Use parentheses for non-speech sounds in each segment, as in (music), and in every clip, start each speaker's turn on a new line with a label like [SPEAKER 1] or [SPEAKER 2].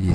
[SPEAKER 1] 以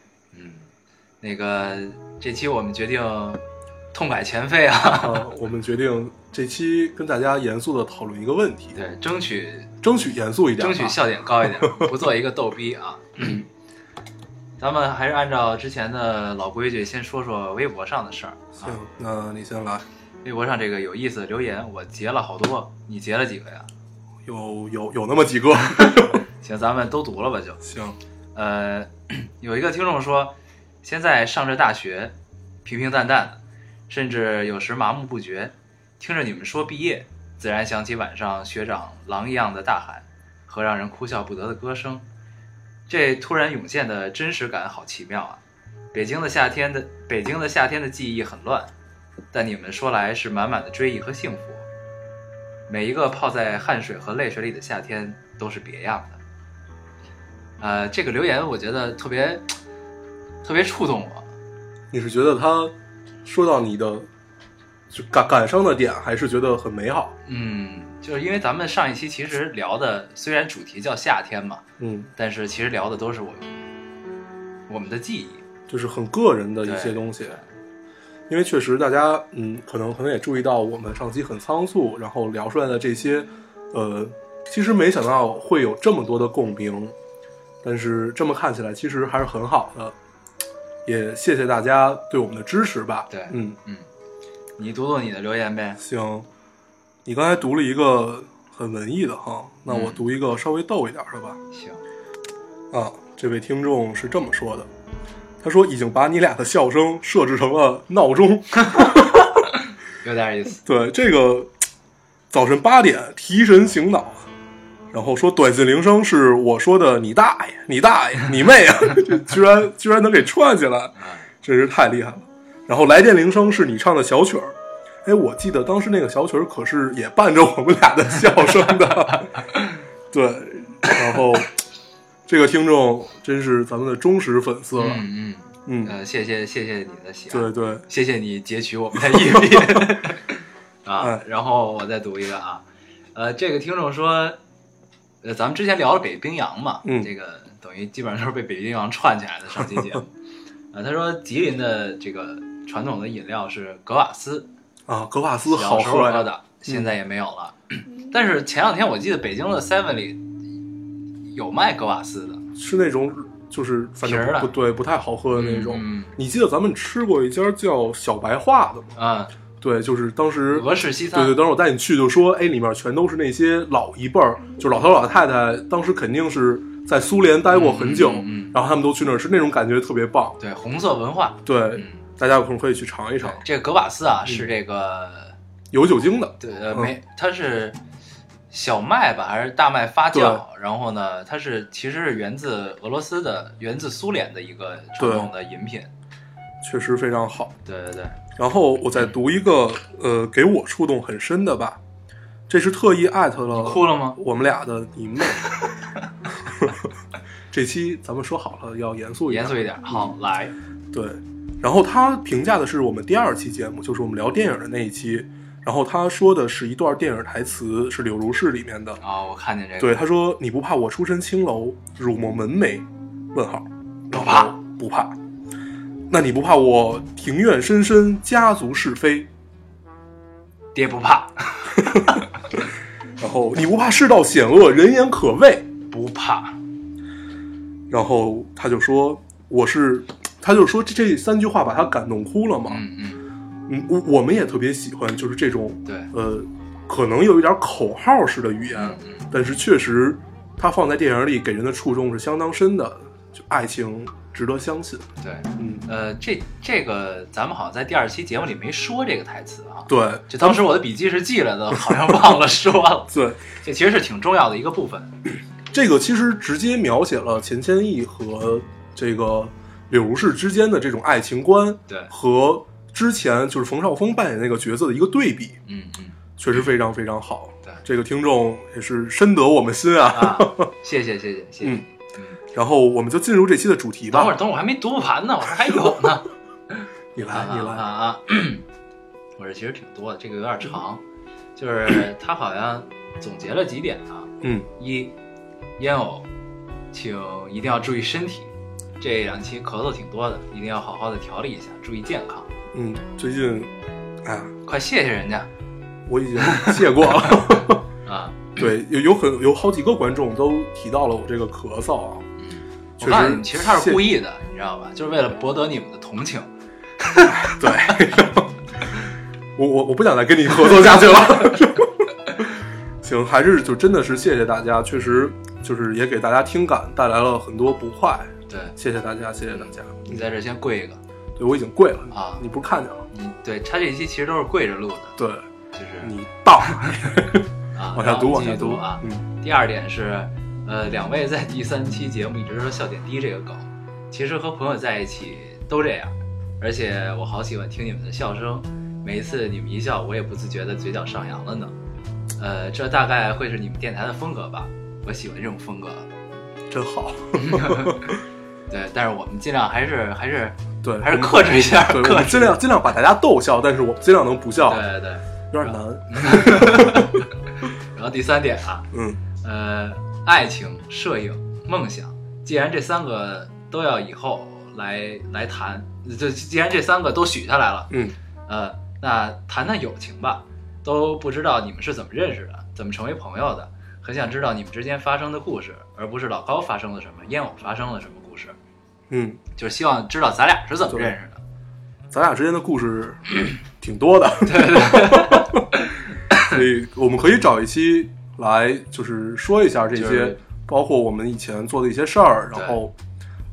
[SPEAKER 1] 嗯，那个这期我们决定痛改前非啊， (laughs)
[SPEAKER 2] 啊，我们决定这期跟大家严肃的讨论一个问题，
[SPEAKER 1] 对，争取
[SPEAKER 2] 争取严肃一点，
[SPEAKER 1] 争取。笑点高一点，不做一个逗逼啊。咱们还是按照之前的老规矩，先说说微博上的事儿啊。
[SPEAKER 2] 行，那你先来。
[SPEAKER 1] 微博上这个有意思的留言，我截了好多，你截了几个呀？
[SPEAKER 2] 有有有那么几个，
[SPEAKER 1] 行，咱们都读了吧就。
[SPEAKER 2] 行，
[SPEAKER 1] 呃， (clears throat) 有一个听众说，现在上着大学，平平淡淡的，甚至有时麻木不觉。听着你们说毕业，自然想起晚上学长狼一样的大喊和让人哭笑不得的歌声，这突然涌现的真实感好奇妙啊！北京的夏天的北京的夏天的记忆很乱，但你们说来是满满的追忆和幸福。每一个泡在汗水和泪水里的夏天都是别样的。呃，这个留言我觉得特别特别触动我。
[SPEAKER 2] 你是觉得他说到你的就感感伤的点，还是觉得很美好？
[SPEAKER 1] 嗯，就是因为咱们上一期其实聊的，虽然主题叫夏天嘛，
[SPEAKER 2] 嗯，
[SPEAKER 1] 但是其实聊的都是我我们的记忆。
[SPEAKER 2] 就是很个人的一些东西。因为确实，大家嗯，可能可能也注意到，我们上期很仓促，然后聊出来的这些，呃，其实没想到会有这么多的共鸣，但是这么看起来，其实还是很好的，也谢谢大家对我们的支持吧。
[SPEAKER 1] 对
[SPEAKER 2] 嗯，
[SPEAKER 1] 嗯，你读读你的留言呗。
[SPEAKER 2] 行，你刚才读了一个很文艺的哈，那我读一个稍微逗一点的吧。
[SPEAKER 1] 行，
[SPEAKER 2] 啊，这位听众是这么说的，他说已经把你俩的笑声设置成了闹钟。
[SPEAKER 1] 有点意思。
[SPEAKER 2] 对这个，早晨八点提神醒脑，啊然后说短信铃声是我说的你大爷，你大爷，你妹啊！ (laughs) 这居然居然能给串起来，
[SPEAKER 1] 啊，
[SPEAKER 2] 真是太厉害了。然后来电铃声是你唱的小曲儿，哎，我记得当时那个小曲儿可是也伴着我们俩的笑声的。 (laughs) 对，然后这个听众真是咱们的忠实粉丝了，
[SPEAKER 1] 嗯嗯，
[SPEAKER 2] 嗯，
[SPEAKER 1] 呃，谢谢谢谢你的喜爱，
[SPEAKER 2] 对对，
[SPEAKER 1] 谢谢你截取我们的音
[SPEAKER 2] (laughs)
[SPEAKER 1] 频
[SPEAKER 2] 嗯
[SPEAKER 1] 啊。然后我再读一个啊，呃，这个听众说，呃，咱们之前聊了北冰洋嘛，
[SPEAKER 2] 嗯
[SPEAKER 1] 这个等于基本上都是被北冰洋串起来的上期节
[SPEAKER 2] (laughs)
[SPEAKER 1] 目。啊，他说吉林的这个传统的饮料是格瓦斯，
[SPEAKER 2] 啊，格瓦斯
[SPEAKER 1] 小
[SPEAKER 2] 好啊
[SPEAKER 1] 时候
[SPEAKER 2] 喝呀嗯
[SPEAKER 1] 喝，的，现在也没有了。 (clears throat) 但是前两天我记得北京
[SPEAKER 2] 嗯
[SPEAKER 1] 的 Seven 里有卖格瓦斯的，
[SPEAKER 2] 是那种就是反正
[SPEAKER 1] 皮儿的
[SPEAKER 2] 不不对不太好喝的那种。
[SPEAKER 1] 嗯
[SPEAKER 2] 你记得咱们吃过一家叫小白话的吗？
[SPEAKER 1] 啊，
[SPEAKER 2] 对，就是当时
[SPEAKER 1] 俄式西餐
[SPEAKER 2] 对对，当时我带你去就说，哎，里面全都是那些老一辈儿，就是老头老太太，当时肯定是在苏联待过很久，
[SPEAKER 1] 嗯嗯嗯嗯
[SPEAKER 2] 然后他们都去那儿吃，那种感觉特别棒。
[SPEAKER 1] 对红色文化。
[SPEAKER 2] 对，
[SPEAKER 1] 嗯，
[SPEAKER 2] 大家有空可以去尝一尝，
[SPEAKER 1] 这个格瓦斯啊是这个
[SPEAKER 2] 有酒精的。
[SPEAKER 1] 对，呃，
[SPEAKER 2] 嗯
[SPEAKER 1] 没，它是小麦吧，还是大麦发酵？然后呢，它是其实是源自俄罗斯的，源自苏联的一个传统的饮品。
[SPEAKER 2] 确实非常好。
[SPEAKER 1] 对对对，
[SPEAKER 2] 然后我
[SPEAKER 1] 嗯
[SPEAKER 2] 再读一个，呃，给我触动很深的吧，这是特意艾特了
[SPEAKER 1] 哭了吗？
[SPEAKER 2] 我们俩的你妹。 (laughs) 这期咱们说好了要严肃一点，
[SPEAKER 1] 严肃一点，好来，
[SPEAKER 2] 对，然后他评价的是我们第二期节目，就是我们聊电影的那一期。然后他说的是一段电影台词，是《柳如是》里面的。
[SPEAKER 1] 啊、我看见这个，
[SPEAKER 2] 对，他说：“你不怕我出身青楼，辱没门楣？”问号，
[SPEAKER 1] 不
[SPEAKER 2] 然后
[SPEAKER 1] 怕，
[SPEAKER 2] 不怕。那你不怕我庭院深深，家族是非？
[SPEAKER 1] 爹不怕，
[SPEAKER 2] 然后你不怕世道险恶，人言可畏？
[SPEAKER 1] 不怕，
[SPEAKER 2] 然后他就说：“我是。”他就说这这三句话把他感动哭了嘛。
[SPEAKER 1] 嗯嗯，
[SPEAKER 2] 嗯，我我们也特别喜欢，就是这种
[SPEAKER 1] 对，
[SPEAKER 2] 呃，可能有一点口号式的语言，
[SPEAKER 1] 嗯嗯，
[SPEAKER 2] 但是确实它放在电影里给人的触动是相当深的，就爱情值得相信。
[SPEAKER 1] 对，
[SPEAKER 2] 嗯，
[SPEAKER 1] 呃，这这个咱们好像在第二期节目里没说这个台词啊。
[SPEAKER 2] 对
[SPEAKER 1] 就当时我的笔记是记了的，好像忘了说了。 (laughs)
[SPEAKER 2] 对，
[SPEAKER 1] 这其实是挺重要的一个部分。
[SPEAKER 2] 这个其实直接描写了钱谦益和这个柳如是之间的这种爱情观，
[SPEAKER 1] 对
[SPEAKER 2] 和之前就是冯绍峰扮演那个角色的一个对比，
[SPEAKER 1] 嗯嗯，
[SPEAKER 2] 确实非常非常好。
[SPEAKER 1] 对
[SPEAKER 2] 这个听众也是深得我们心啊。
[SPEAKER 1] 啊，谢谢谢谢谢谢
[SPEAKER 2] 嗯
[SPEAKER 1] 你，嗯，
[SPEAKER 2] 然后我们就进入这期的主题吧。
[SPEAKER 1] 等会儿等会儿我还没读完呢，我这还有呢，
[SPEAKER 2] 你 (laughs) 来，
[SPEAKER 1] 啊
[SPEAKER 2] 你
[SPEAKER 1] 啊
[SPEAKER 2] 来，
[SPEAKER 1] 啊！ (clears throat) 我这其实挺多的，这个有点长，就是他好像总结了几点啊，
[SPEAKER 2] 嗯，
[SPEAKER 1] 一，烟偶，请一定要注意身体，这两期咳嗽挺多的，一定要好好的调理一下，注意健康。
[SPEAKER 2] 嗯，最近，哎呀，
[SPEAKER 1] 快谢谢人家
[SPEAKER 2] 我已经谢过了。 (laughs)
[SPEAKER 1] 啊！
[SPEAKER 2] 对，有有很有好几个观众都提到了我这个咳嗽啊，
[SPEAKER 1] 我告诉你，其
[SPEAKER 2] 确实
[SPEAKER 1] 实他是故
[SPEAKER 2] 谢
[SPEAKER 1] 意的，你知道吧？就是为了博得你们的同情。
[SPEAKER 2] 对，我我我不想再跟你合作下去了。 (laughs) 行，还是就真的是谢谢大家，确实就是也给大家听感带来了很多不快，
[SPEAKER 1] 对
[SPEAKER 2] 谢谢大家，谢谢大家。
[SPEAKER 1] 你在这先跪一个
[SPEAKER 2] 对我已经跪了，
[SPEAKER 1] 啊！
[SPEAKER 2] 你不是看见了？
[SPEAKER 1] 你对他这一期其实都是跪着录的，
[SPEAKER 2] 对
[SPEAKER 1] 就是
[SPEAKER 2] 你到，
[SPEAKER 1] 啊，
[SPEAKER 2] 往下
[SPEAKER 1] 然
[SPEAKER 2] 读，
[SPEAKER 1] 后
[SPEAKER 2] 往
[SPEAKER 1] 继
[SPEAKER 2] 下
[SPEAKER 1] 续读啊。
[SPEAKER 2] 嗯，
[SPEAKER 1] 第二点是，呃，两位在第三期节目一直说笑点低这个梗，其实和朋友在一起都这样，而且我好喜欢听你们的笑声，每一次你们一笑，我也不自觉的嘴角上扬了呢。呃，这大概会是你们电台的风格吧，我喜欢这种风格。
[SPEAKER 2] 真好。
[SPEAKER 1] 对，但是我们尽量还是还是
[SPEAKER 2] 对，
[SPEAKER 1] 嗯还是
[SPEAKER 2] 我们
[SPEAKER 1] 克制一下，
[SPEAKER 2] 对，我
[SPEAKER 1] 克
[SPEAKER 2] 们
[SPEAKER 1] 制。
[SPEAKER 2] 尽量尽量把大家逗笑，但是我们尽量能不笑，
[SPEAKER 1] 对对对。
[SPEAKER 2] 有点难。
[SPEAKER 1] 然后第三点啊，
[SPEAKER 2] 嗯，
[SPEAKER 1] 呃，爱情、摄影、梦想，既然这三个都要以后来来谈，就既然这三个都许下来了，
[SPEAKER 2] 嗯，
[SPEAKER 1] 呃，那谈谈友情吧。都不知道你们是怎么认识的，怎么成为朋友的，很想知道你们之间发生的故事，而不是老高发生了什么，烟偶发生了什么故事，
[SPEAKER 2] 嗯，
[SPEAKER 1] 就是希望知道咱俩是怎么认识的。
[SPEAKER 2] 咱俩之间的故事挺多的，所以我们可以找一期来，就是说一下这
[SPEAKER 1] 就
[SPEAKER 2] 些
[SPEAKER 1] 是，
[SPEAKER 2] 包括我们以前做的一些事儿，
[SPEAKER 1] 对
[SPEAKER 2] 然后，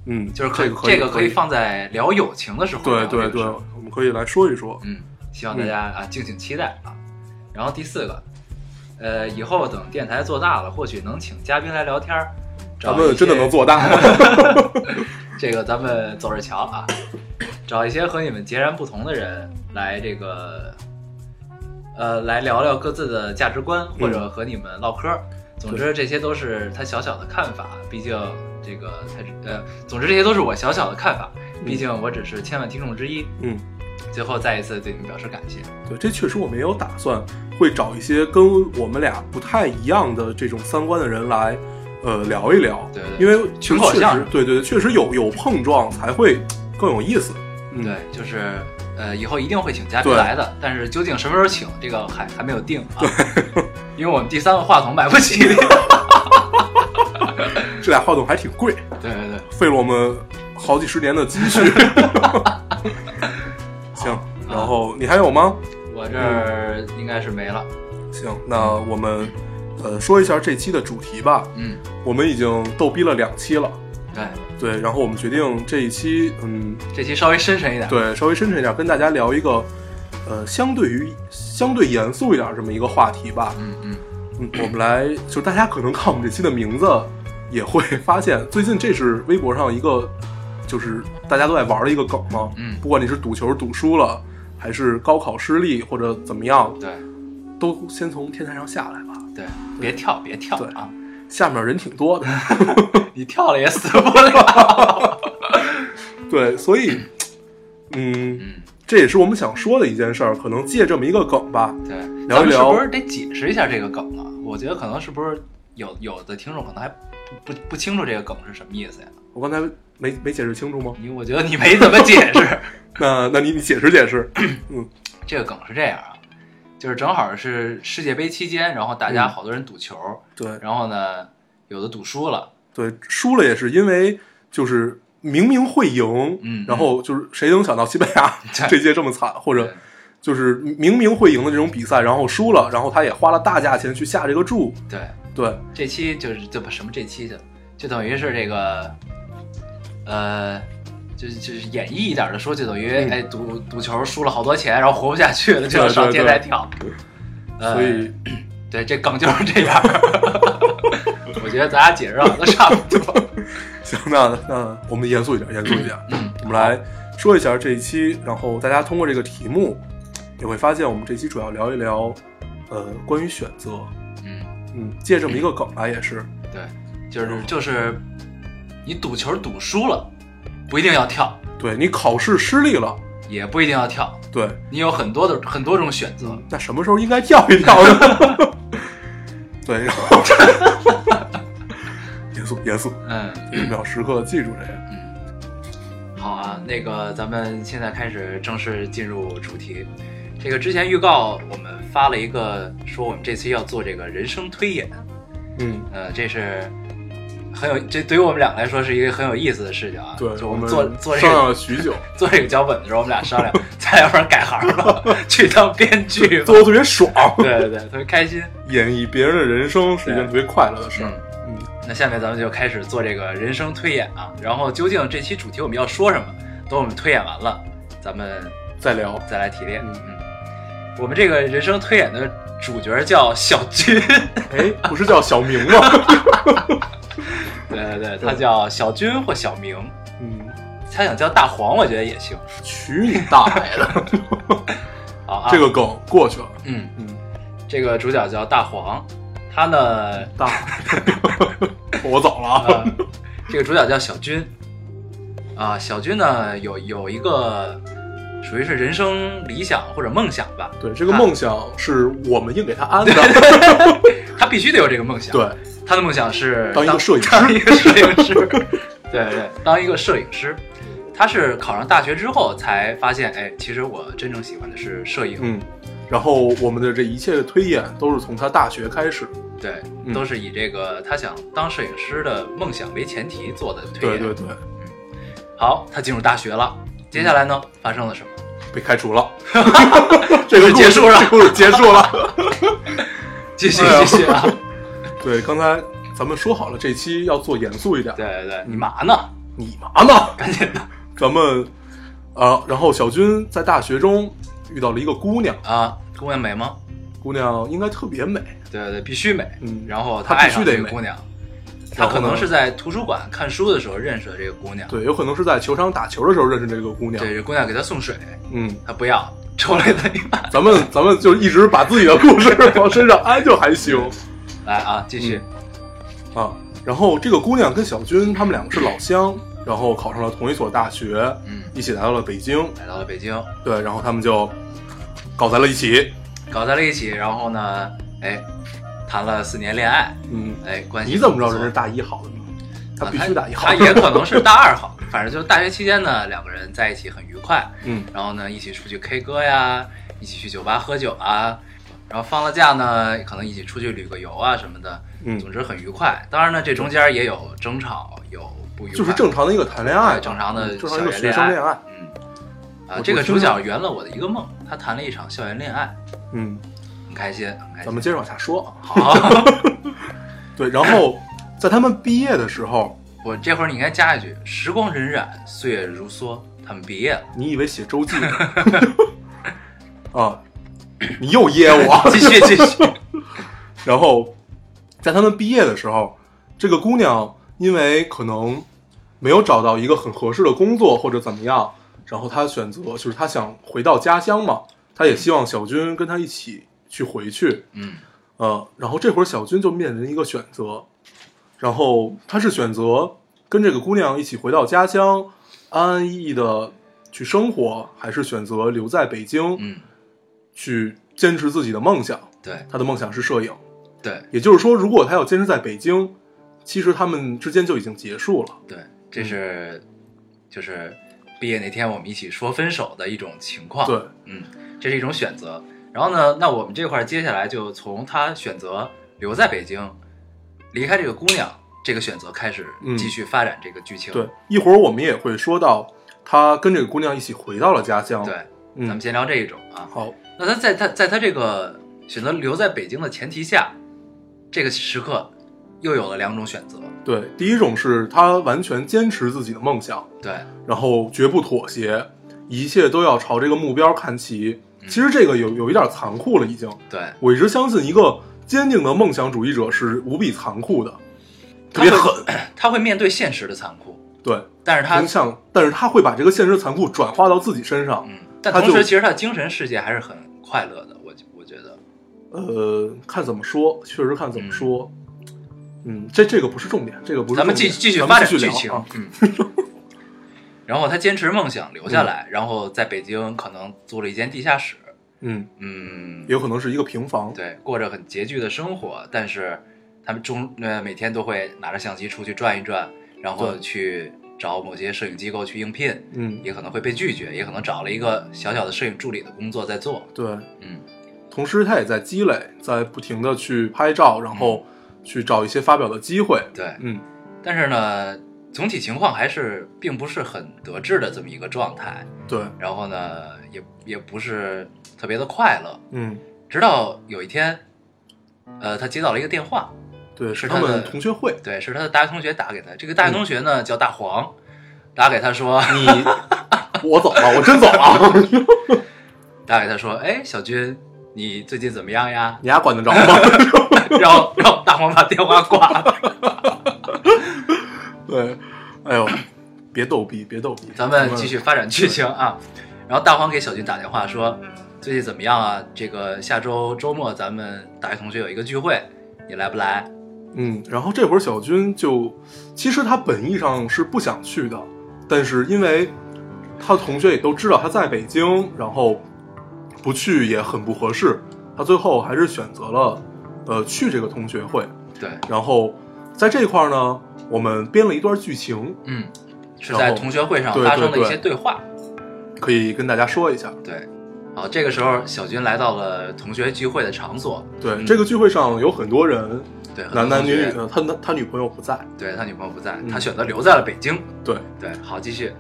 [SPEAKER 2] 嗯，
[SPEAKER 1] 就是可
[SPEAKER 2] 这
[SPEAKER 1] 以
[SPEAKER 2] 个
[SPEAKER 1] 这
[SPEAKER 2] 以
[SPEAKER 1] 个可以，放在聊友情的时候
[SPEAKER 2] 对
[SPEAKER 1] 聊这个
[SPEAKER 2] 对
[SPEAKER 1] 事
[SPEAKER 2] 对
[SPEAKER 1] 儿。，
[SPEAKER 2] 我们可以来说一说，
[SPEAKER 1] 嗯，希望大家啊敬请期待啊。然后第四个，呃，以后等电台做大了，或许能请嘉宾来聊天儿。找
[SPEAKER 2] 咱们
[SPEAKER 1] 一
[SPEAKER 2] 真的
[SPEAKER 1] 些
[SPEAKER 2] 能做大吗？
[SPEAKER 1] (laughs) 这个咱们走着瞧啊，找一些和你们截然不同的人来这个，呃，来聊聊各自的价值观，或
[SPEAKER 2] 嗯
[SPEAKER 1] 者和你们唠嗑儿。总之，这些都是他小小的看法，毕竟这个他是呃，总之这些都是我小小的看法，毕竟我只是千万听众之一。
[SPEAKER 2] 嗯，
[SPEAKER 1] 最后再一次对你们表示感谢。
[SPEAKER 2] 对，这确实我们也有打算会找一些跟我们俩不太一样的这种三观的人来，呃，聊一聊。
[SPEAKER 1] 对对
[SPEAKER 2] 因为
[SPEAKER 1] 群口
[SPEAKER 2] 确
[SPEAKER 1] 相
[SPEAKER 2] 实
[SPEAKER 1] 声，
[SPEAKER 2] 对对对，确实有有碰撞才会更有意思。嗯，
[SPEAKER 1] 对，就是呃，以后一定会请嘉宾
[SPEAKER 2] 对
[SPEAKER 1] 来的，但是究竟什么时候请，这个还还没有定啊。因为我们第三个话筒买不
[SPEAKER 2] (laughs)
[SPEAKER 1] 起。对
[SPEAKER 2] 这俩话筒还挺贵，
[SPEAKER 1] 对对，
[SPEAKER 2] 费了我们好几十年的积蓄。
[SPEAKER 1] (laughs)
[SPEAKER 2] 行，然后你还有吗？
[SPEAKER 1] 我这儿应该是没了。
[SPEAKER 2] 行，那我们呃说一下这期的主题吧。
[SPEAKER 1] 嗯，
[SPEAKER 2] 我们已经逗逼了两期了，
[SPEAKER 1] 对，
[SPEAKER 2] 对，然后我们决定这一期，嗯，
[SPEAKER 1] 这期稍微深沉一点。
[SPEAKER 2] 对，稍微深沉一点，跟大家聊一个，呃，相对于相对严肃一点这么一个话题吧。
[SPEAKER 1] 嗯嗯，
[SPEAKER 2] 嗯，我们来，就大家可能看我们这期的名字，也会发现，最近这是微博上一个，就是大家都在玩的一个梗嘛。
[SPEAKER 1] 嗯
[SPEAKER 2] 不管你是赌球赌输了，还是高考失利或者怎么样，
[SPEAKER 1] 对
[SPEAKER 2] 都先从天台上下来吧。
[SPEAKER 1] 对，别跳，别跳
[SPEAKER 2] 对
[SPEAKER 1] 啊！
[SPEAKER 2] 下面人挺多的，
[SPEAKER 1] 你跳了也死不
[SPEAKER 2] (laughs)
[SPEAKER 1] 了。
[SPEAKER 2] 对，所以，嗯，
[SPEAKER 1] 嗯，
[SPEAKER 2] 这也是我们想说的一件事儿，可能借这么一个梗吧。
[SPEAKER 1] 对，
[SPEAKER 2] 聊
[SPEAKER 1] 咱们
[SPEAKER 2] 一
[SPEAKER 1] 是
[SPEAKER 2] 聊
[SPEAKER 1] 不是得解释一下这个梗啊？我觉得可能是不是有有的听众可能还不不不清楚这个梗是什么意思呀？
[SPEAKER 2] 我刚才没没解释清楚吗？
[SPEAKER 1] 你我觉得你没怎么解释。
[SPEAKER 2] (laughs) 那那你你解释解释。
[SPEAKER 1] 这个梗是这样啊，就是正好是世界杯期间，然后大家
[SPEAKER 2] 嗯
[SPEAKER 1] 好多人赌球，
[SPEAKER 2] (laughs) 对
[SPEAKER 1] 然后呢，有的赌输了，
[SPEAKER 2] 对，输了也是因为就是明明会赢，
[SPEAKER 1] 嗯
[SPEAKER 2] 然后就是谁能想到西班牙
[SPEAKER 1] (laughs) 对
[SPEAKER 2] 这届这么惨，或者
[SPEAKER 1] 对
[SPEAKER 2] 就是明明会赢的这种比赛，然后输了，然后他也花了大价钱去下这个注，
[SPEAKER 1] 对，
[SPEAKER 2] 对，
[SPEAKER 1] 这期就是就不什么这期就就等于是这个，呃，就是就是演绎一点的说，就等于、
[SPEAKER 2] 嗯
[SPEAKER 1] 哎赌赌球输了好多钱，然后活不下去了，就要
[SPEAKER 2] 对对
[SPEAKER 1] 上天
[SPEAKER 2] 对
[SPEAKER 1] 台跳，呃
[SPEAKER 2] 所以
[SPEAKER 1] 对这梗就是这样。 (laughs) 我觉得咱俩解释好像都差不多。
[SPEAKER 2] (laughs) 行，那那我们严肃一点，严肃一点。
[SPEAKER 1] 嗯
[SPEAKER 2] 们来说一下这一期，然后大家通过这个题目也会发现，我们这期主要聊一聊，呃，关于选择，
[SPEAKER 1] 嗯，
[SPEAKER 2] 嗯，借这么一个梗吧，也是，
[SPEAKER 1] 对，就是就是你赌球赌输了，不一定要跳，
[SPEAKER 2] 对你考试失利了，
[SPEAKER 1] 也不一定要跳，
[SPEAKER 2] 对，
[SPEAKER 1] 你有很多的很多种选择。
[SPEAKER 2] 那什么时候应该跳一跳
[SPEAKER 1] (laughs)
[SPEAKER 2] 呢？对，然后严肃严肃，
[SPEAKER 1] 嗯
[SPEAKER 2] 一定要时刻记住这个。
[SPEAKER 1] 嗯，好啊，那个咱们现在开始正式进入主题。这个之前预告我们发了一个，说我们这次要做这个人生推演，
[SPEAKER 2] 嗯，
[SPEAKER 1] 呃，这是很有，这对于我们两个来说是一个很有意思的事情啊。
[SPEAKER 2] 对，
[SPEAKER 1] 就
[SPEAKER 2] 我
[SPEAKER 1] 们
[SPEAKER 2] 们
[SPEAKER 1] 做做这
[SPEAKER 2] 商量
[SPEAKER 1] 个
[SPEAKER 2] 了许
[SPEAKER 1] (laughs)
[SPEAKER 2] 久，
[SPEAKER 1] 做这个脚本的时候，我们俩商量， (laughs) 咱要不然改行吧， (laughs) 去当编剧吧
[SPEAKER 2] 做。的特别爽，
[SPEAKER 1] 对对对，特别开心。
[SPEAKER 2] 演绎别人的人生是一件
[SPEAKER 1] 对
[SPEAKER 2] 特别快乐的事
[SPEAKER 1] 嗯
[SPEAKER 2] 儿。，嗯，
[SPEAKER 1] 那下面咱们就开始做这个人生推演啊。然后究竟这期主题我们要说什么？等我们推演完了，咱们
[SPEAKER 2] 再聊，
[SPEAKER 1] 再来提炼。
[SPEAKER 2] 嗯
[SPEAKER 1] 嗯，我们这个人生推演的主角叫小军， (laughs)
[SPEAKER 2] 哎，不是叫小明吗？ (laughs)
[SPEAKER 1] 对对对，
[SPEAKER 2] 对
[SPEAKER 1] 他叫小军或小明， (laughs)
[SPEAKER 2] 嗯，
[SPEAKER 1] 他想叫大黄，我觉得也行
[SPEAKER 2] 娶你大爷 (laughs) 的！
[SPEAKER 1] 啊啊。
[SPEAKER 2] 这个梗过去了。
[SPEAKER 1] 嗯，
[SPEAKER 2] 嗯，
[SPEAKER 1] 这个主角叫大黄，他呢，
[SPEAKER 2] 大，我走了啊。
[SPEAKER 1] 呃，这个主角叫小军啊。小军呢，有有一个属于是人生理想或者梦想吧，
[SPEAKER 2] 对，这个梦想是我们硬给他
[SPEAKER 1] (laughs)
[SPEAKER 2] 安的。
[SPEAKER 1] 他必须得有这个梦想。
[SPEAKER 2] 对，
[SPEAKER 1] 他的梦想是
[SPEAKER 2] 当一个摄影师
[SPEAKER 1] 当一个摄影师，对对，当一个摄影师。他是考上大学之后才发现，哎，其实我真正喜欢的是摄影，
[SPEAKER 2] 嗯，然后我们的这一切的推演都是从他大学开始。
[SPEAKER 1] 对，
[SPEAKER 2] 嗯
[SPEAKER 1] 都是以这个他想当摄影师的梦想为前提做的推
[SPEAKER 2] 对
[SPEAKER 1] 演。
[SPEAKER 2] 对对，
[SPEAKER 1] 好，他进入大学了，接下来呢，发生了什么？
[SPEAKER 2] 被开除 (laughs) 了。这个故事
[SPEAKER 1] 结束了
[SPEAKER 2] 这个故事结束了。
[SPEAKER 1] 继续
[SPEAKER 2] 哎呀
[SPEAKER 1] 继续啊！
[SPEAKER 2] (laughs) 对，刚才咱们说好了，这期要做严肃一点。
[SPEAKER 1] 对对对，你嘛呢？
[SPEAKER 2] 你妈呢？
[SPEAKER 1] 赶紧的
[SPEAKER 2] 咱们，呃，然后小军在大学中遇到了一个姑娘，
[SPEAKER 1] 啊！姑娘美吗？
[SPEAKER 2] 姑娘应该特别美。
[SPEAKER 1] 对对，必须美。
[SPEAKER 2] 嗯
[SPEAKER 1] 然后
[SPEAKER 2] 她
[SPEAKER 1] 爱
[SPEAKER 2] 必须
[SPEAKER 1] 上这
[SPEAKER 2] 得
[SPEAKER 1] 个
[SPEAKER 2] 美
[SPEAKER 1] 姑娘，他
[SPEAKER 2] 然后
[SPEAKER 1] 可能
[SPEAKER 2] 呢
[SPEAKER 1] 是在图书馆看书的时候认识的这个姑娘。
[SPEAKER 2] 对，有可能是在球场打球的时候认识这个姑娘。
[SPEAKER 1] 对，这姑娘给他送水，
[SPEAKER 2] 嗯，
[SPEAKER 1] 他不要， (laughs) 抽了他一把。
[SPEAKER 2] 咱们咱们就一直把自己的故事往身上安就还行
[SPEAKER 1] 来啊，继续。
[SPEAKER 2] 啊。然后这个姑娘跟小军他们两个是老乡，然后考上了同一所大学，
[SPEAKER 1] 嗯，
[SPEAKER 2] 一起来到了北京。
[SPEAKER 1] 来到了北京，
[SPEAKER 2] 对，然后他们就搞在了一起。
[SPEAKER 1] 搞在了一起，然后呢，哎，谈了四年恋爱，
[SPEAKER 2] 嗯，
[SPEAKER 1] 哎，关系
[SPEAKER 2] 你怎么知道
[SPEAKER 1] 不
[SPEAKER 2] 人
[SPEAKER 1] 错
[SPEAKER 2] 是大一好的呢？他
[SPEAKER 1] 啊
[SPEAKER 2] 必须大一好。
[SPEAKER 1] 他也可能是大二好，反正就是大学期间呢，两个人在一起很愉快，
[SPEAKER 2] 嗯，
[SPEAKER 1] 然后呢，一起出去 K 歌呀，一起去酒吧喝酒啊，然后放了假呢，可能一起出去旅个游啊什么的，
[SPEAKER 2] 嗯
[SPEAKER 1] 总之很愉快。当然呢，这中间也有争吵，有不愉快，
[SPEAKER 2] 就是正常的一个谈恋爱，
[SPEAKER 1] 对正常的
[SPEAKER 2] 嗯正常
[SPEAKER 1] 校
[SPEAKER 2] 一个
[SPEAKER 1] 园
[SPEAKER 2] 学生
[SPEAKER 1] 恋
[SPEAKER 2] 恋爱。
[SPEAKER 1] 嗯，啊，
[SPEAKER 2] 我
[SPEAKER 1] 这个
[SPEAKER 2] 我
[SPEAKER 1] 主
[SPEAKER 2] 听
[SPEAKER 1] 角圆了我的一个梦，他谈了一场校园恋爱，
[SPEAKER 2] 嗯，
[SPEAKER 1] 很开心，很开心。
[SPEAKER 2] 咱们接着往下说啊。
[SPEAKER 1] 好，
[SPEAKER 2] 对，然后在他们毕业的时候，
[SPEAKER 1] 我这会儿你应该加一句：时光荏苒，岁月如梭，他们毕业了。
[SPEAKER 2] 你以为写周记呢？ (laughs) 啊，你又噎我。
[SPEAKER 1] 继续，继续。
[SPEAKER 2] (laughs) 然后在他们毕业的时候，这个姑娘因为可能没有找到一个很合适的工作或者怎么样，然后她选择就是她想回到家乡嘛，她也希望小军跟她一起去回去。
[SPEAKER 1] 嗯，
[SPEAKER 2] 呃，然后这会儿小军就面临一个选择，然后他是选择跟这个姑娘一起回到家乡，安安逸逸的去生活，还是选择留在北京
[SPEAKER 1] 嗯，
[SPEAKER 2] 去坚持自己的梦想？
[SPEAKER 1] 对
[SPEAKER 2] 他的梦想是摄影，
[SPEAKER 1] 对
[SPEAKER 2] 也就是说，如果他要坚持在北京，其实他们之间就已经结束了。
[SPEAKER 1] 对，这是就是毕业那天我们一起说分手的一种情况。
[SPEAKER 2] 对，，
[SPEAKER 1] 嗯，这是一种选择。然后呢，那我们这块儿接下来就从他选择留在北京，离开这个姑娘这个选择开始，
[SPEAKER 2] 嗯
[SPEAKER 1] 继续发展这个剧情。
[SPEAKER 2] 对，一会儿我们也会说到他跟这个姑娘一起回到了家乡。
[SPEAKER 1] 对，，咱
[SPEAKER 2] 嗯
[SPEAKER 1] 们，先聊这一种啊。
[SPEAKER 2] 好，
[SPEAKER 1] 那他在他在他这个选择留在北京的前提下，这个时刻又有了两种选择，
[SPEAKER 2] 对，第一种是他完全坚持自己的梦想。
[SPEAKER 1] 对，
[SPEAKER 2] 然后绝不妥协，一切都要朝这个目标看齐。
[SPEAKER 1] 嗯
[SPEAKER 2] 其实这个有有一点残酷了，已经。
[SPEAKER 1] 对，
[SPEAKER 2] 我一直相信，一个坚定的梦想主义者是无比残酷的，特别狠。
[SPEAKER 1] (clears throat) 他会面对现实的残酷，
[SPEAKER 2] 对，
[SPEAKER 1] 但是他
[SPEAKER 2] 影响，但是他会把这个现实的残酷转化到自己身上。
[SPEAKER 1] 嗯，但
[SPEAKER 2] 他就
[SPEAKER 1] 同时其实他的精神世界还是很快乐的，我我觉得，
[SPEAKER 2] 呃，看怎么说，确实看怎么说。嗯，这这个不是重点，这个不是
[SPEAKER 1] 咱
[SPEAKER 2] 重点。
[SPEAKER 1] 们继继续
[SPEAKER 2] 咱
[SPEAKER 1] 发
[SPEAKER 2] 们
[SPEAKER 1] 展
[SPEAKER 2] 继续
[SPEAKER 1] 剧
[SPEAKER 2] 聊
[SPEAKER 1] 情
[SPEAKER 2] 啊。，
[SPEAKER 1] 嗯。然后他坚持梦想留下来，然后在北京可能租了一间地下室，
[SPEAKER 2] 嗯，
[SPEAKER 1] 嗯
[SPEAKER 2] 也，有可能是一个平房。
[SPEAKER 1] 对，过着很拮据的生活，但是他们中呃每天都会拿着相机出去转一转，然后
[SPEAKER 2] 对
[SPEAKER 1] 去找某些摄影机构去应聘，
[SPEAKER 2] 嗯，
[SPEAKER 1] 也可能会被拒绝，也可能找了一个小小的摄影助理的工作在做，
[SPEAKER 2] 对。
[SPEAKER 1] 嗯，
[SPEAKER 2] 同时，他也在积累，在不停的去拍照，然
[SPEAKER 1] 嗯
[SPEAKER 2] 后去找一些发表的机会。
[SPEAKER 1] 对，
[SPEAKER 2] 嗯，
[SPEAKER 1] 但是呢，总体情况还是并不是很得志的这么一个状态，
[SPEAKER 2] 对，
[SPEAKER 1] 然后呢，也也不是特别的快乐，
[SPEAKER 2] 嗯，
[SPEAKER 1] 直到有一天，呃，他接到了一个电话，
[SPEAKER 2] 对，
[SPEAKER 1] 是
[SPEAKER 2] 他
[SPEAKER 1] 他的
[SPEAKER 2] 们同学会。
[SPEAKER 1] 对，是他的大学同学打给他，这个大学同学呢、叫大黄，打给他说，
[SPEAKER 2] 你，我走了，我真走
[SPEAKER 1] (laughs)
[SPEAKER 2] 了，
[SPEAKER 1] 打给他说，哎，小军，你最近怎么样呀？ (laughs)
[SPEAKER 2] 你丫管得着吗？ (laughs)
[SPEAKER 1] 然后然后大黄把电话挂了。
[SPEAKER 2] 对，哎呦，别逗逼，别逗逼，
[SPEAKER 1] 咱们继续发展剧情啊。然后大黄给小军打电话说，最近怎么样啊？这个下周周末咱们大学同学有一个聚会，你来不来？
[SPEAKER 2] 嗯，然后这会儿小军就，其实他本意上是不想去的，但是因为他同学也都知道他在北京，然后不去也很不合适，他最后还是选择了呃去这个同学会。
[SPEAKER 1] 对，
[SPEAKER 2] 然后在这块儿呢，我们编了一段剧情，
[SPEAKER 1] 嗯，是
[SPEAKER 2] 然后
[SPEAKER 1] 在同学会上
[SPEAKER 2] 对
[SPEAKER 1] 发生的
[SPEAKER 2] 对
[SPEAKER 1] 一
[SPEAKER 2] 对
[SPEAKER 1] 些对话。
[SPEAKER 2] 可以跟大家说一下。
[SPEAKER 1] 对，好，这个时候小军来到了同学聚会的场所，
[SPEAKER 2] 对，
[SPEAKER 1] 嗯
[SPEAKER 2] 这个聚会上有很多人，
[SPEAKER 1] 对，很多
[SPEAKER 2] 男男女
[SPEAKER 1] 同学
[SPEAKER 2] 女，呃他他他女朋友不在，
[SPEAKER 1] 对他女朋友不在，
[SPEAKER 2] 嗯
[SPEAKER 1] 他选择留在了北京。
[SPEAKER 2] 对，
[SPEAKER 1] 对，好，继续，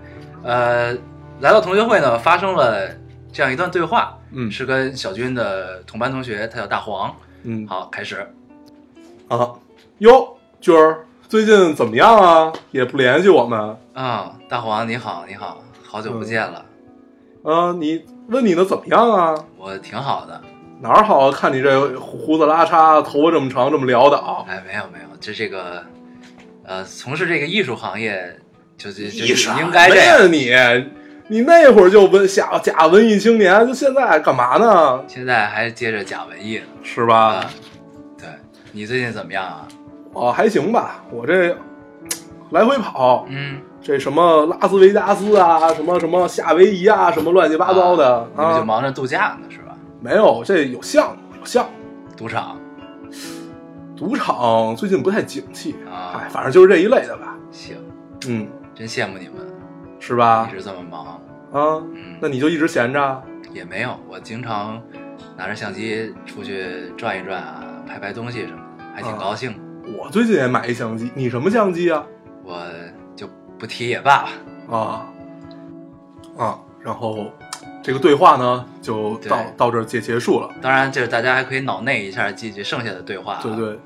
[SPEAKER 1] 呃，来到同学会呢，发生了这样一段对话，
[SPEAKER 2] 嗯
[SPEAKER 1] 是跟小军的同班同学，他叫大黄。
[SPEAKER 2] 嗯
[SPEAKER 1] 好，开始，
[SPEAKER 2] 啊，哟，军儿最近怎么样啊？也不联系我们。
[SPEAKER 1] 啊、大黄你好，你好，好久不见了，
[SPEAKER 2] 啊，你问你呢怎么样啊？
[SPEAKER 1] 我挺好的。
[SPEAKER 2] 哪儿好啊？看你这胡子拉碴，头发这么长，这么潦倒。
[SPEAKER 1] 哎，没有没有，就这个，呃，从事这个艺术行业，就就就
[SPEAKER 2] 你什么
[SPEAKER 1] 应哎该这样。
[SPEAKER 2] 呀你，你那会儿就文假假文艺青年，就现在干嘛呢？
[SPEAKER 1] 现在还接着假文艺呢
[SPEAKER 2] 是吧？
[SPEAKER 1] 啊。对你最近怎么样啊？
[SPEAKER 2] 哦，还行吧，我这来回跑，
[SPEAKER 1] 嗯，
[SPEAKER 2] 这什么拉斯维加斯啊，什么什么夏威夷啊，什么乱七八糟的
[SPEAKER 1] 你们就
[SPEAKER 2] 啊，
[SPEAKER 1] 忙着度假呢是吧？
[SPEAKER 2] 没有，这有项目，有项目。
[SPEAKER 1] 赌场
[SPEAKER 2] 赌场最近不太景气，
[SPEAKER 1] 啊
[SPEAKER 2] 哎，反正就是这一类的吧，
[SPEAKER 1] 行，
[SPEAKER 2] 嗯，
[SPEAKER 1] 真羡慕你们
[SPEAKER 2] 是吧
[SPEAKER 1] 一？直这么忙。
[SPEAKER 2] 啊，
[SPEAKER 1] 嗯，
[SPEAKER 2] 那你就一直闲着，
[SPEAKER 1] 也没有，我经常拿着相机出去转一转啊，拍拍东西什么的，还挺
[SPEAKER 2] 啊
[SPEAKER 1] 高兴的。
[SPEAKER 2] 我最近也买一相机，你什么相机啊？
[SPEAKER 1] 我就不提也罢吧。
[SPEAKER 2] 啊啊，然后这个对话呢就
[SPEAKER 1] 对
[SPEAKER 2] 到到这儿结结束了。
[SPEAKER 1] 当然，就是大家还可以脑内一下记记剩下的对话、啊。
[SPEAKER 2] 对对，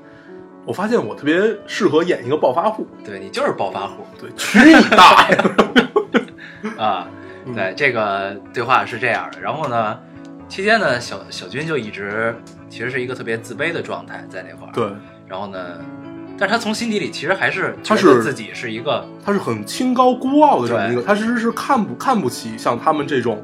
[SPEAKER 2] 我发现我特别适合演一个暴发户，
[SPEAKER 1] 对你就是暴发
[SPEAKER 2] (laughs)
[SPEAKER 1] 户
[SPEAKER 2] 对，去你大爷！
[SPEAKER 1] (laughs) 啊！
[SPEAKER 2] 嗯
[SPEAKER 1] 对，这个对话是这样的。然后呢，期间呢，小小军就一直其实是一个特别自卑的状态在那块儿。
[SPEAKER 2] 对，
[SPEAKER 1] 然后呢，但是他从心底里其实还是
[SPEAKER 2] 他
[SPEAKER 1] 觉
[SPEAKER 2] 是
[SPEAKER 1] 得自己是一个
[SPEAKER 2] 他是很清高孤傲的这么一个，
[SPEAKER 1] 对
[SPEAKER 2] 他其实是看不看不起像他们这种，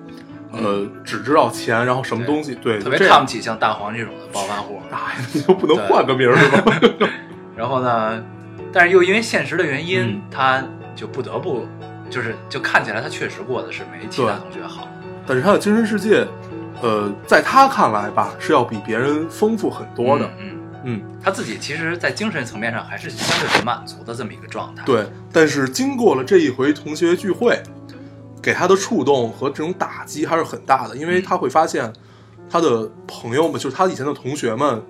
[SPEAKER 2] 呃，只知道钱，然后什么
[SPEAKER 1] 嗯对
[SPEAKER 2] 东西，对，
[SPEAKER 1] 特别
[SPEAKER 2] 就这
[SPEAKER 1] 看
[SPEAKER 2] 样
[SPEAKER 1] 不起像大黄这种的暴发户。
[SPEAKER 2] 大爷，你就不能
[SPEAKER 1] 对
[SPEAKER 2] 换个名儿
[SPEAKER 1] (laughs)
[SPEAKER 2] 吗？
[SPEAKER 1] 然后呢，但是又因为现实的原因，
[SPEAKER 2] 嗯
[SPEAKER 1] 他就不得不就是就看起来他确实过得是没其他
[SPEAKER 2] 对
[SPEAKER 1] 同学好。嗯
[SPEAKER 2] 但是他的精神世界，呃，在他看来吧，是要比别人丰富很多的。
[SPEAKER 1] 嗯，嗯
[SPEAKER 2] 嗯，
[SPEAKER 1] 他自己其实，在精神层面上还是相对很满足的这么一个状态。，
[SPEAKER 2] 对。但是经过了这一回同学聚会，给他的触动和这种打击还是很大的，因
[SPEAKER 1] 嗯
[SPEAKER 2] 为他会发现他的朋友们，就是他以前的同学们，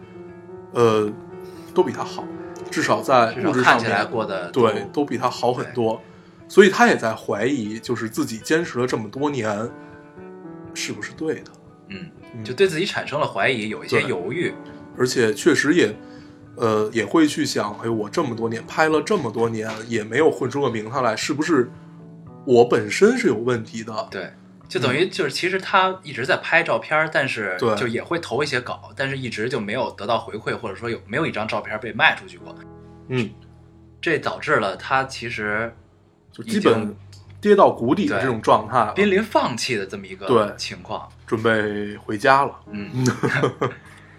[SPEAKER 2] 呃，都比他好，至少在
[SPEAKER 1] 至
[SPEAKER 2] 物
[SPEAKER 1] 少
[SPEAKER 2] 质上
[SPEAKER 1] 看起来
[SPEAKER 2] 面，
[SPEAKER 1] 过得
[SPEAKER 2] 对，都比他好很多。所以他也在怀疑，就是自己坚持了这么多年，是不是对的？
[SPEAKER 1] 嗯，
[SPEAKER 2] 嗯
[SPEAKER 1] 就对自己产生了怀疑，有一些
[SPEAKER 2] 对
[SPEAKER 1] 犹豫。
[SPEAKER 2] 而且确实也，呃，也会去想，哎，我这么多年拍了这么多年，也没有混出个名堂来，是不是我本身是有问题的？
[SPEAKER 1] 对，就等于就是其实他一直在拍照片儿，但是
[SPEAKER 2] 对
[SPEAKER 1] 就也会投一些稿，但是一直就没有得到回馈，或者说有没有一张照片被卖出去过。
[SPEAKER 2] 嗯，
[SPEAKER 1] 这导致了他其实
[SPEAKER 2] 就基本跌到谷底的这种状态了，
[SPEAKER 1] 濒临放弃的这么一个
[SPEAKER 2] 对
[SPEAKER 1] 情况。
[SPEAKER 2] 准备回家了。
[SPEAKER 1] 嗯，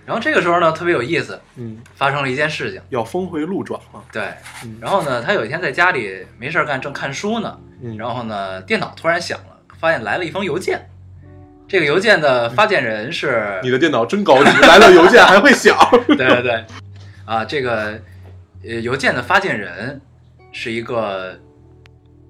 [SPEAKER 1] 然后这个时候呢，特别有意思，
[SPEAKER 2] 嗯，
[SPEAKER 1] 发生了一件事情。
[SPEAKER 2] 要峰回路转了。
[SPEAKER 1] 对，
[SPEAKER 2] 嗯
[SPEAKER 1] 然后呢，他有一天在家里没事儿干，正看书呢，
[SPEAKER 2] 嗯，
[SPEAKER 1] 然后呢，电脑突然响了，发现来了一封邮件。这个邮件的发件人是
[SPEAKER 2] 你的电脑真高级，来了邮件还会响。
[SPEAKER 1] (laughs) 对对对，啊，这个呃，邮件的发件人是一个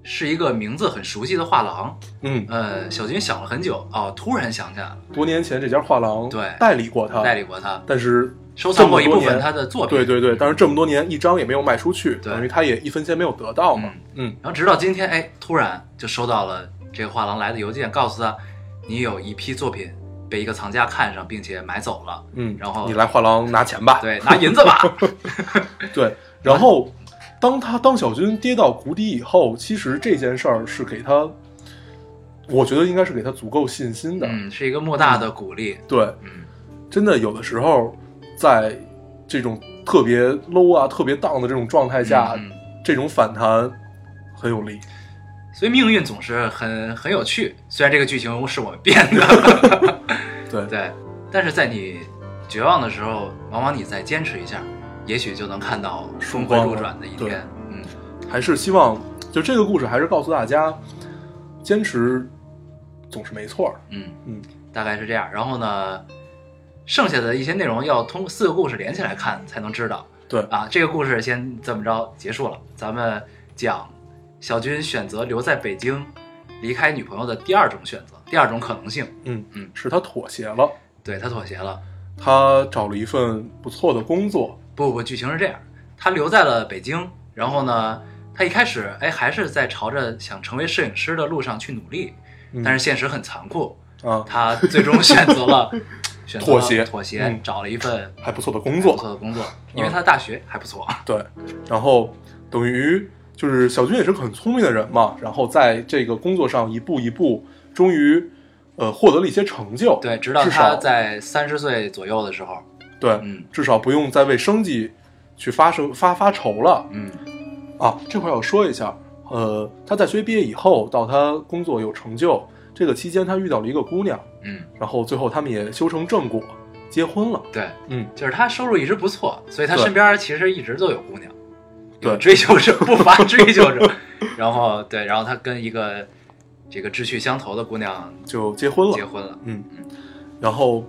[SPEAKER 1] 是一个名字很熟悉的画廊。
[SPEAKER 2] 嗯，
[SPEAKER 1] 呃，小军想了很久，哦，突然想起来了，
[SPEAKER 2] (laughs) 多年前这家画廊
[SPEAKER 1] 对
[SPEAKER 2] 代理过他，
[SPEAKER 1] 代理过他，
[SPEAKER 2] 但是
[SPEAKER 1] 收藏过一
[SPEAKER 2] 这么
[SPEAKER 1] 部
[SPEAKER 2] 多年
[SPEAKER 1] 分他的作品。
[SPEAKER 2] 对对对，但是这么多年一张也没有卖出去，
[SPEAKER 1] 对
[SPEAKER 2] 等于他也一分钱没有得到嘛。嗯
[SPEAKER 1] 然后直到今天，哎，突然就收到了这个画廊来的邮件，告诉他你有一批作品被一个藏家看上，并且买走
[SPEAKER 2] (laughs)
[SPEAKER 1] 了。
[SPEAKER 2] 嗯，
[SPEAKER 1] 然后
[SPEAKER 2] 你来画廊拿钱吧。
[SPEAKER 1] 对， (laughs) 拿银子吧。
[SPEAKER 2] 对，然后当他当小军跌到谷底以后，其实这件事儿是给他，我觉得应该是给他足够信心的。
[SPEAKER 1] 嗯，是一个莫大的鼓励。
[SPEAKER 2] 对，
[SPEAKER 1] 嗯，
[SPEAKER 2] 真的有的时候在这种特别 low 啊、特别 down 的这种状态下，
[SPEAKER 1] 嗯
[SPEAKER 2] 这种反弹很有力。
[SPEAKER 1] 所以命运总是很很有趣，虽然这个剧情是我们编的，
[SPEAKER 2] (laughs)
[SPEAKER 1] (laughs)
[SPEAKER 2] 对，
[SPEAKER 1] 对，但是在你绝望的时候，往往你再坚持一下，也许就能看到峰回路转的一天。嗯，
[SPEAKER 2] 还是希望就这个故事还是告诉大家，坚持总是没错儿。
[SPEAKER 1] 嗯
[SPEAKER 2] 嗯，
[SPEAKER 1] 大概是这样。然后呢，剩下的一些内容要通过四个故事连起来看才能知道。
[SPEAKER 2] 对
[SPEAKER 1] 啊，这个故事先这么着结束了。咱们讲小军选择留在北京，离开女朋友的第二种选择，第二种可能性。
[SPEAKER 2] 嗯
[SPEAKER 1] 嗯
[SPEAKER 2] 是他妥协了，
[SPEAKER 1] 对他妥协了。
[SPEAKER 2] 他找了一份不错的工作。
[SPEAKER 1] 不不，剧情是这样，他留在了北京，然后呢，他一开始哎还是在朝着想成为摄影师的路上去努力，
[SPEAKER 2] 嗯
[SPEAKER 1] 但是现实很残酷，
[SPEAKER 2] 啊，
[SPEAKER 1] 他最终选择
[SPEAKER 2] (laughs)
[SPEAKER 1] 了选择了
[SPEAKER 2] 妥协
[SPEAKER 1] 妥协
[SPEAKER 2] 嗯
[SPEAKER 1] 找了一份
[SPEAKER 2] 还不错的工
[SPEAKER 1] 不
[SPEAKER 2] 作。嗯
[SPEAKER 1] 错的工作，因为他大学还不错，
[SPEAKER 2] 对，然后等于就是小军也是个很聪明的人嘛，然后在这个工作上一步一步，终于呃获得了一些成就。
[SPEAKER 1] 对，直到
[SPEAKER 2] 至
[SPEAKER 1] 他
[SPEAKER 2] 少
[SPEAKER 1] 在三十岁左右的时候，
[SPEAKER 2] 对、
[SPEAKER 1] 嗯
[SPEAKER 2] 至少不用再为生计去发生发发愁了
[SPEAKER 1] 嗯
[SPEAKER 2] 啊。这块儿要说一下，呃，他大学毕业以后到他工作有成就，这个期间他遇到了一个姑娘，
[SPEAKER 1] 嗯，
[SPEAKER 2] 然后最后他们也修成正果，结婚了。
[SPEAKER 1] 对，
[SPEAKER 2] 嗯，
[SPEAKER 1] 就是他收入一直不错，所以他
[SPEAKER 2] 对
[SPEAKER 1] 身边其实一直都有姑娘，有
[SPEAKER 2] 对
[SPEAKER 1] 追求者不乏追求者， (laughs) 然后对，然后他跟一个这个志趣相投的姑娘
[SPEAKER 2] 就结婚了。
[SPEAKER 1] 结婚了，
[SPEAKER 2] 嗯，然后，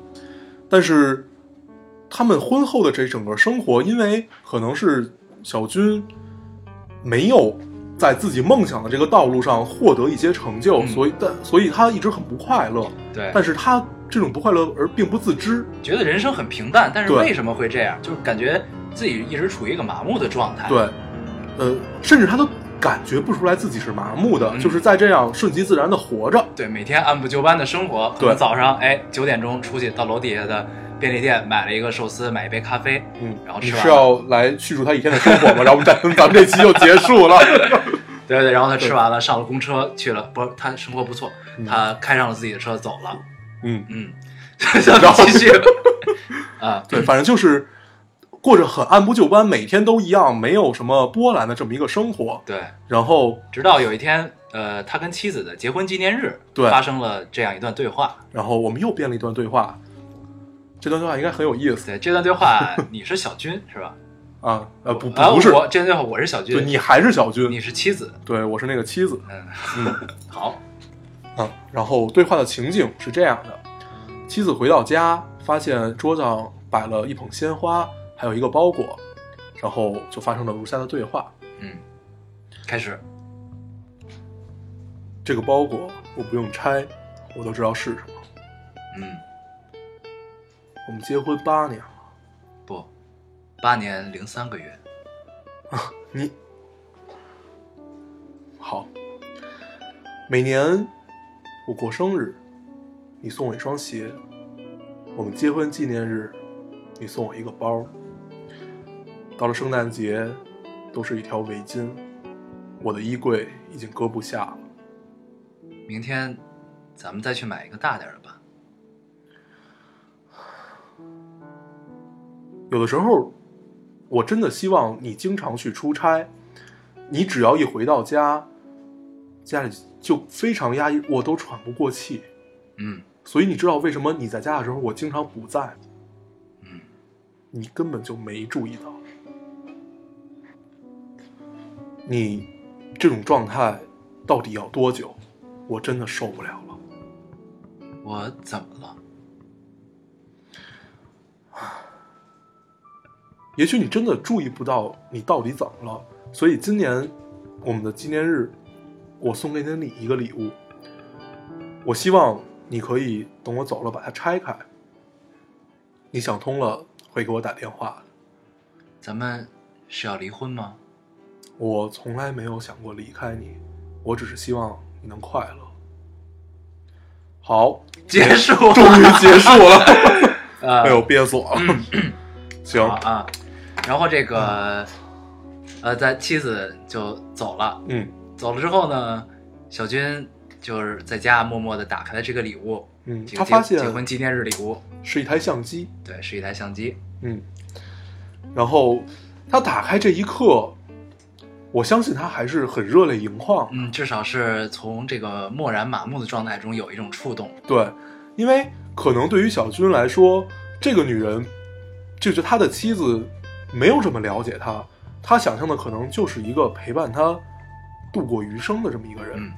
[SPEAKER 2] 但是他们婚后的这整个生活，因为可能是小军没有在自己梦想的这个道路上获得一些成就，
[SPEAKER 1] 嗯
[SPEAKER 2] 所以但所以他一直很不快乐。
[SPEAKER 1] 对，
[SPEAKER 2] 但是他这种不快乐而并不自知，
[SPEAKER 1] 觉得人生很平淡，但是
[SPEAKER 2] 对
[SPEAKER 1] 为什么会这样？就是感觉自己一直处于一个麻木的状态，
[SPEAKER 2] 对，呃，甚至他都感觉不出来自己是麻木的，
[SPEAKER 1] 嗯
[SPEAKER 2] 就是在这样顺其自然的活着。
[SPEAKER 1] 对，每天按部就班的生活，可能
[SPEAKER 2] 对
[SPEAKER 1] 早上哎九点钟出去到楼底下的便利店买了一个寿司，买一杯咖啡，
[SPEAKER 2] 嗯，
[SPEAKER 1] 然后
[SPEAKER 2] 你
[SPEAKER 1] 吃完
[SPEAKER 2] 是
[SPEAKER 1] 了，
[SPEAKER 2] 要来叙述他一天的生活吗？然后我们咱咱们这期就结
[SPEAKER 1] (laughs)
[SPEAKER 2] 束了。
[SPEAKER 1] 对对，然后他
[SPEAKER 2] 对
[SPEAKER 1] 吃完了上了公车去了，不是他生活不错，
[SPEAKER 2] 嗯
[SPEAKER 1] 他开上了自己的车走了，
[SPEAKER 2] 嗯，
[SPEAKER 1] 嗯， (laughs) 然后继续啊，
[SPEAKER 2] 对，反正就是过着很按部就班，每天都一样，没有什么波澜的这么一个生活。
[SPEAKER 1] 对，
[SPEAKER 2] 然后，
[SPEAKER 1] 直到有一天，呃，他跟妻子的结婚纪念日
[SPEAKER 2] 对
[SPEAKER 1] 发生了这样一段对话，
[SPEAKER 2] 然后我们又编了一段对话，这段对话应该很有意思
[SPEAKER 1] 对，这段对话你是小军是 (laughs) 吧？
[SPEAKER 2] 啊。呃，不，
[SPEAKER 1] 啊
[SPEAKER 2] 不是，
[SPEAKER 1] 我这段对话我是小
[SPEAKER 2] 对
[SPEAKER 1] 军，
[SPEAKER 2] 你还是小军，
[SPEAKER 1] 你是妻子，
[SPEAKER 2] 对我是那个妻子
[SPEAKER 1] 嗯，
[SPEAKER 2] 嗯
[SPEAKER 1] 好，
[SPEAKER 2] 啊。然后对话的情景是这样的：妻子回到家，发现桌上摆了一捧鲜花，还有一个包裹，然后就发生了如下的对话。
[SPEAKER 1] 嗯，开始，
[SPEAKER 2] 这个包裹我不用拆，我都知道是什么。
[SPEAKER 1] 嗯，
[SPEAKER 2] 我们结婚八年了。
[SPEAKER 1] 不，八年零三个月，
[SPEAKER 2] 你好，每年我过生日，你送我一双鞋；我们结婚纪念日，你送我一个包；到了圣诞节，都是一条围巾。我的衣柜已经搁不下了。
[SPEAKER 1] 明天咱们再去买一个大点儿的吧，
[SPEAKER 2] 有的时候，我真的希望你经常去出差，你只要一回到家，家里就非常压抑，我都喘不过气。
[SPEAKER 1] 嗯
[SPEAKER 2] 所以你知道为什么你在家的时候我经常不在，
[SPEAKER 1] 嗯，
[SPEAKER 2] 你根本就没注意到。你这种状态到底要多久？我真的受不了了。
[SPEAKER 1] 我怎么了？
[SPEAKER 2] 也许你真的注意不到你到底怎么了。所以今年我们的纪念日，我送给你一个礼物。我希望你可以等我走了把它拆开。你想通了会给我打电话。
[SPEAKER 1] 咱们是要离婚吗？
[SPEAKER 2] 我从来没有想过离开你，我只是希望你能快乐。好，
[SPEAKER 1] 结束。
[SPEAKER 2] 终 (laughs) 于结束了。
[SPEAKER 1] 呃
[SPEAKER 2] 哎呦，憋死我了。 (clears throat) 行，
[SPEAKER 1] 好啊，然后这个，呃，咱妻子就走了。
[SPEAKER 2] 嗯
[SPEAKER 1] 走了之后呢，小军就是在家默默的打开了这个礼物，
[SPEAKER 2] 嗯，
[SPEAKER 1] 结
[SPEAKER 2] 他发
[SPEAKER 1] 结
[SPEAKER 2] 现
[SPEAKER 1] 结婚纪念日礼物，
[SPEAKER 2] 是一台相机。
[SPEAKER 1] 对，是一台相机。
[SPEAKER 2] 嗯，然后他打开这一刻，我相信他还是很热泪盈眶的。
[SPEAKER 1] 嗯，至少是从这个漠然麻木的状态中有一种触动。
[SPEAKER 2] 对，因为可能对于小军来说，这个女人，就是他的妻子，没有这么了解他，他想象的可能就是一个陪伴他度过余生的这么一个人。
[SPEAKER 1] 嗯，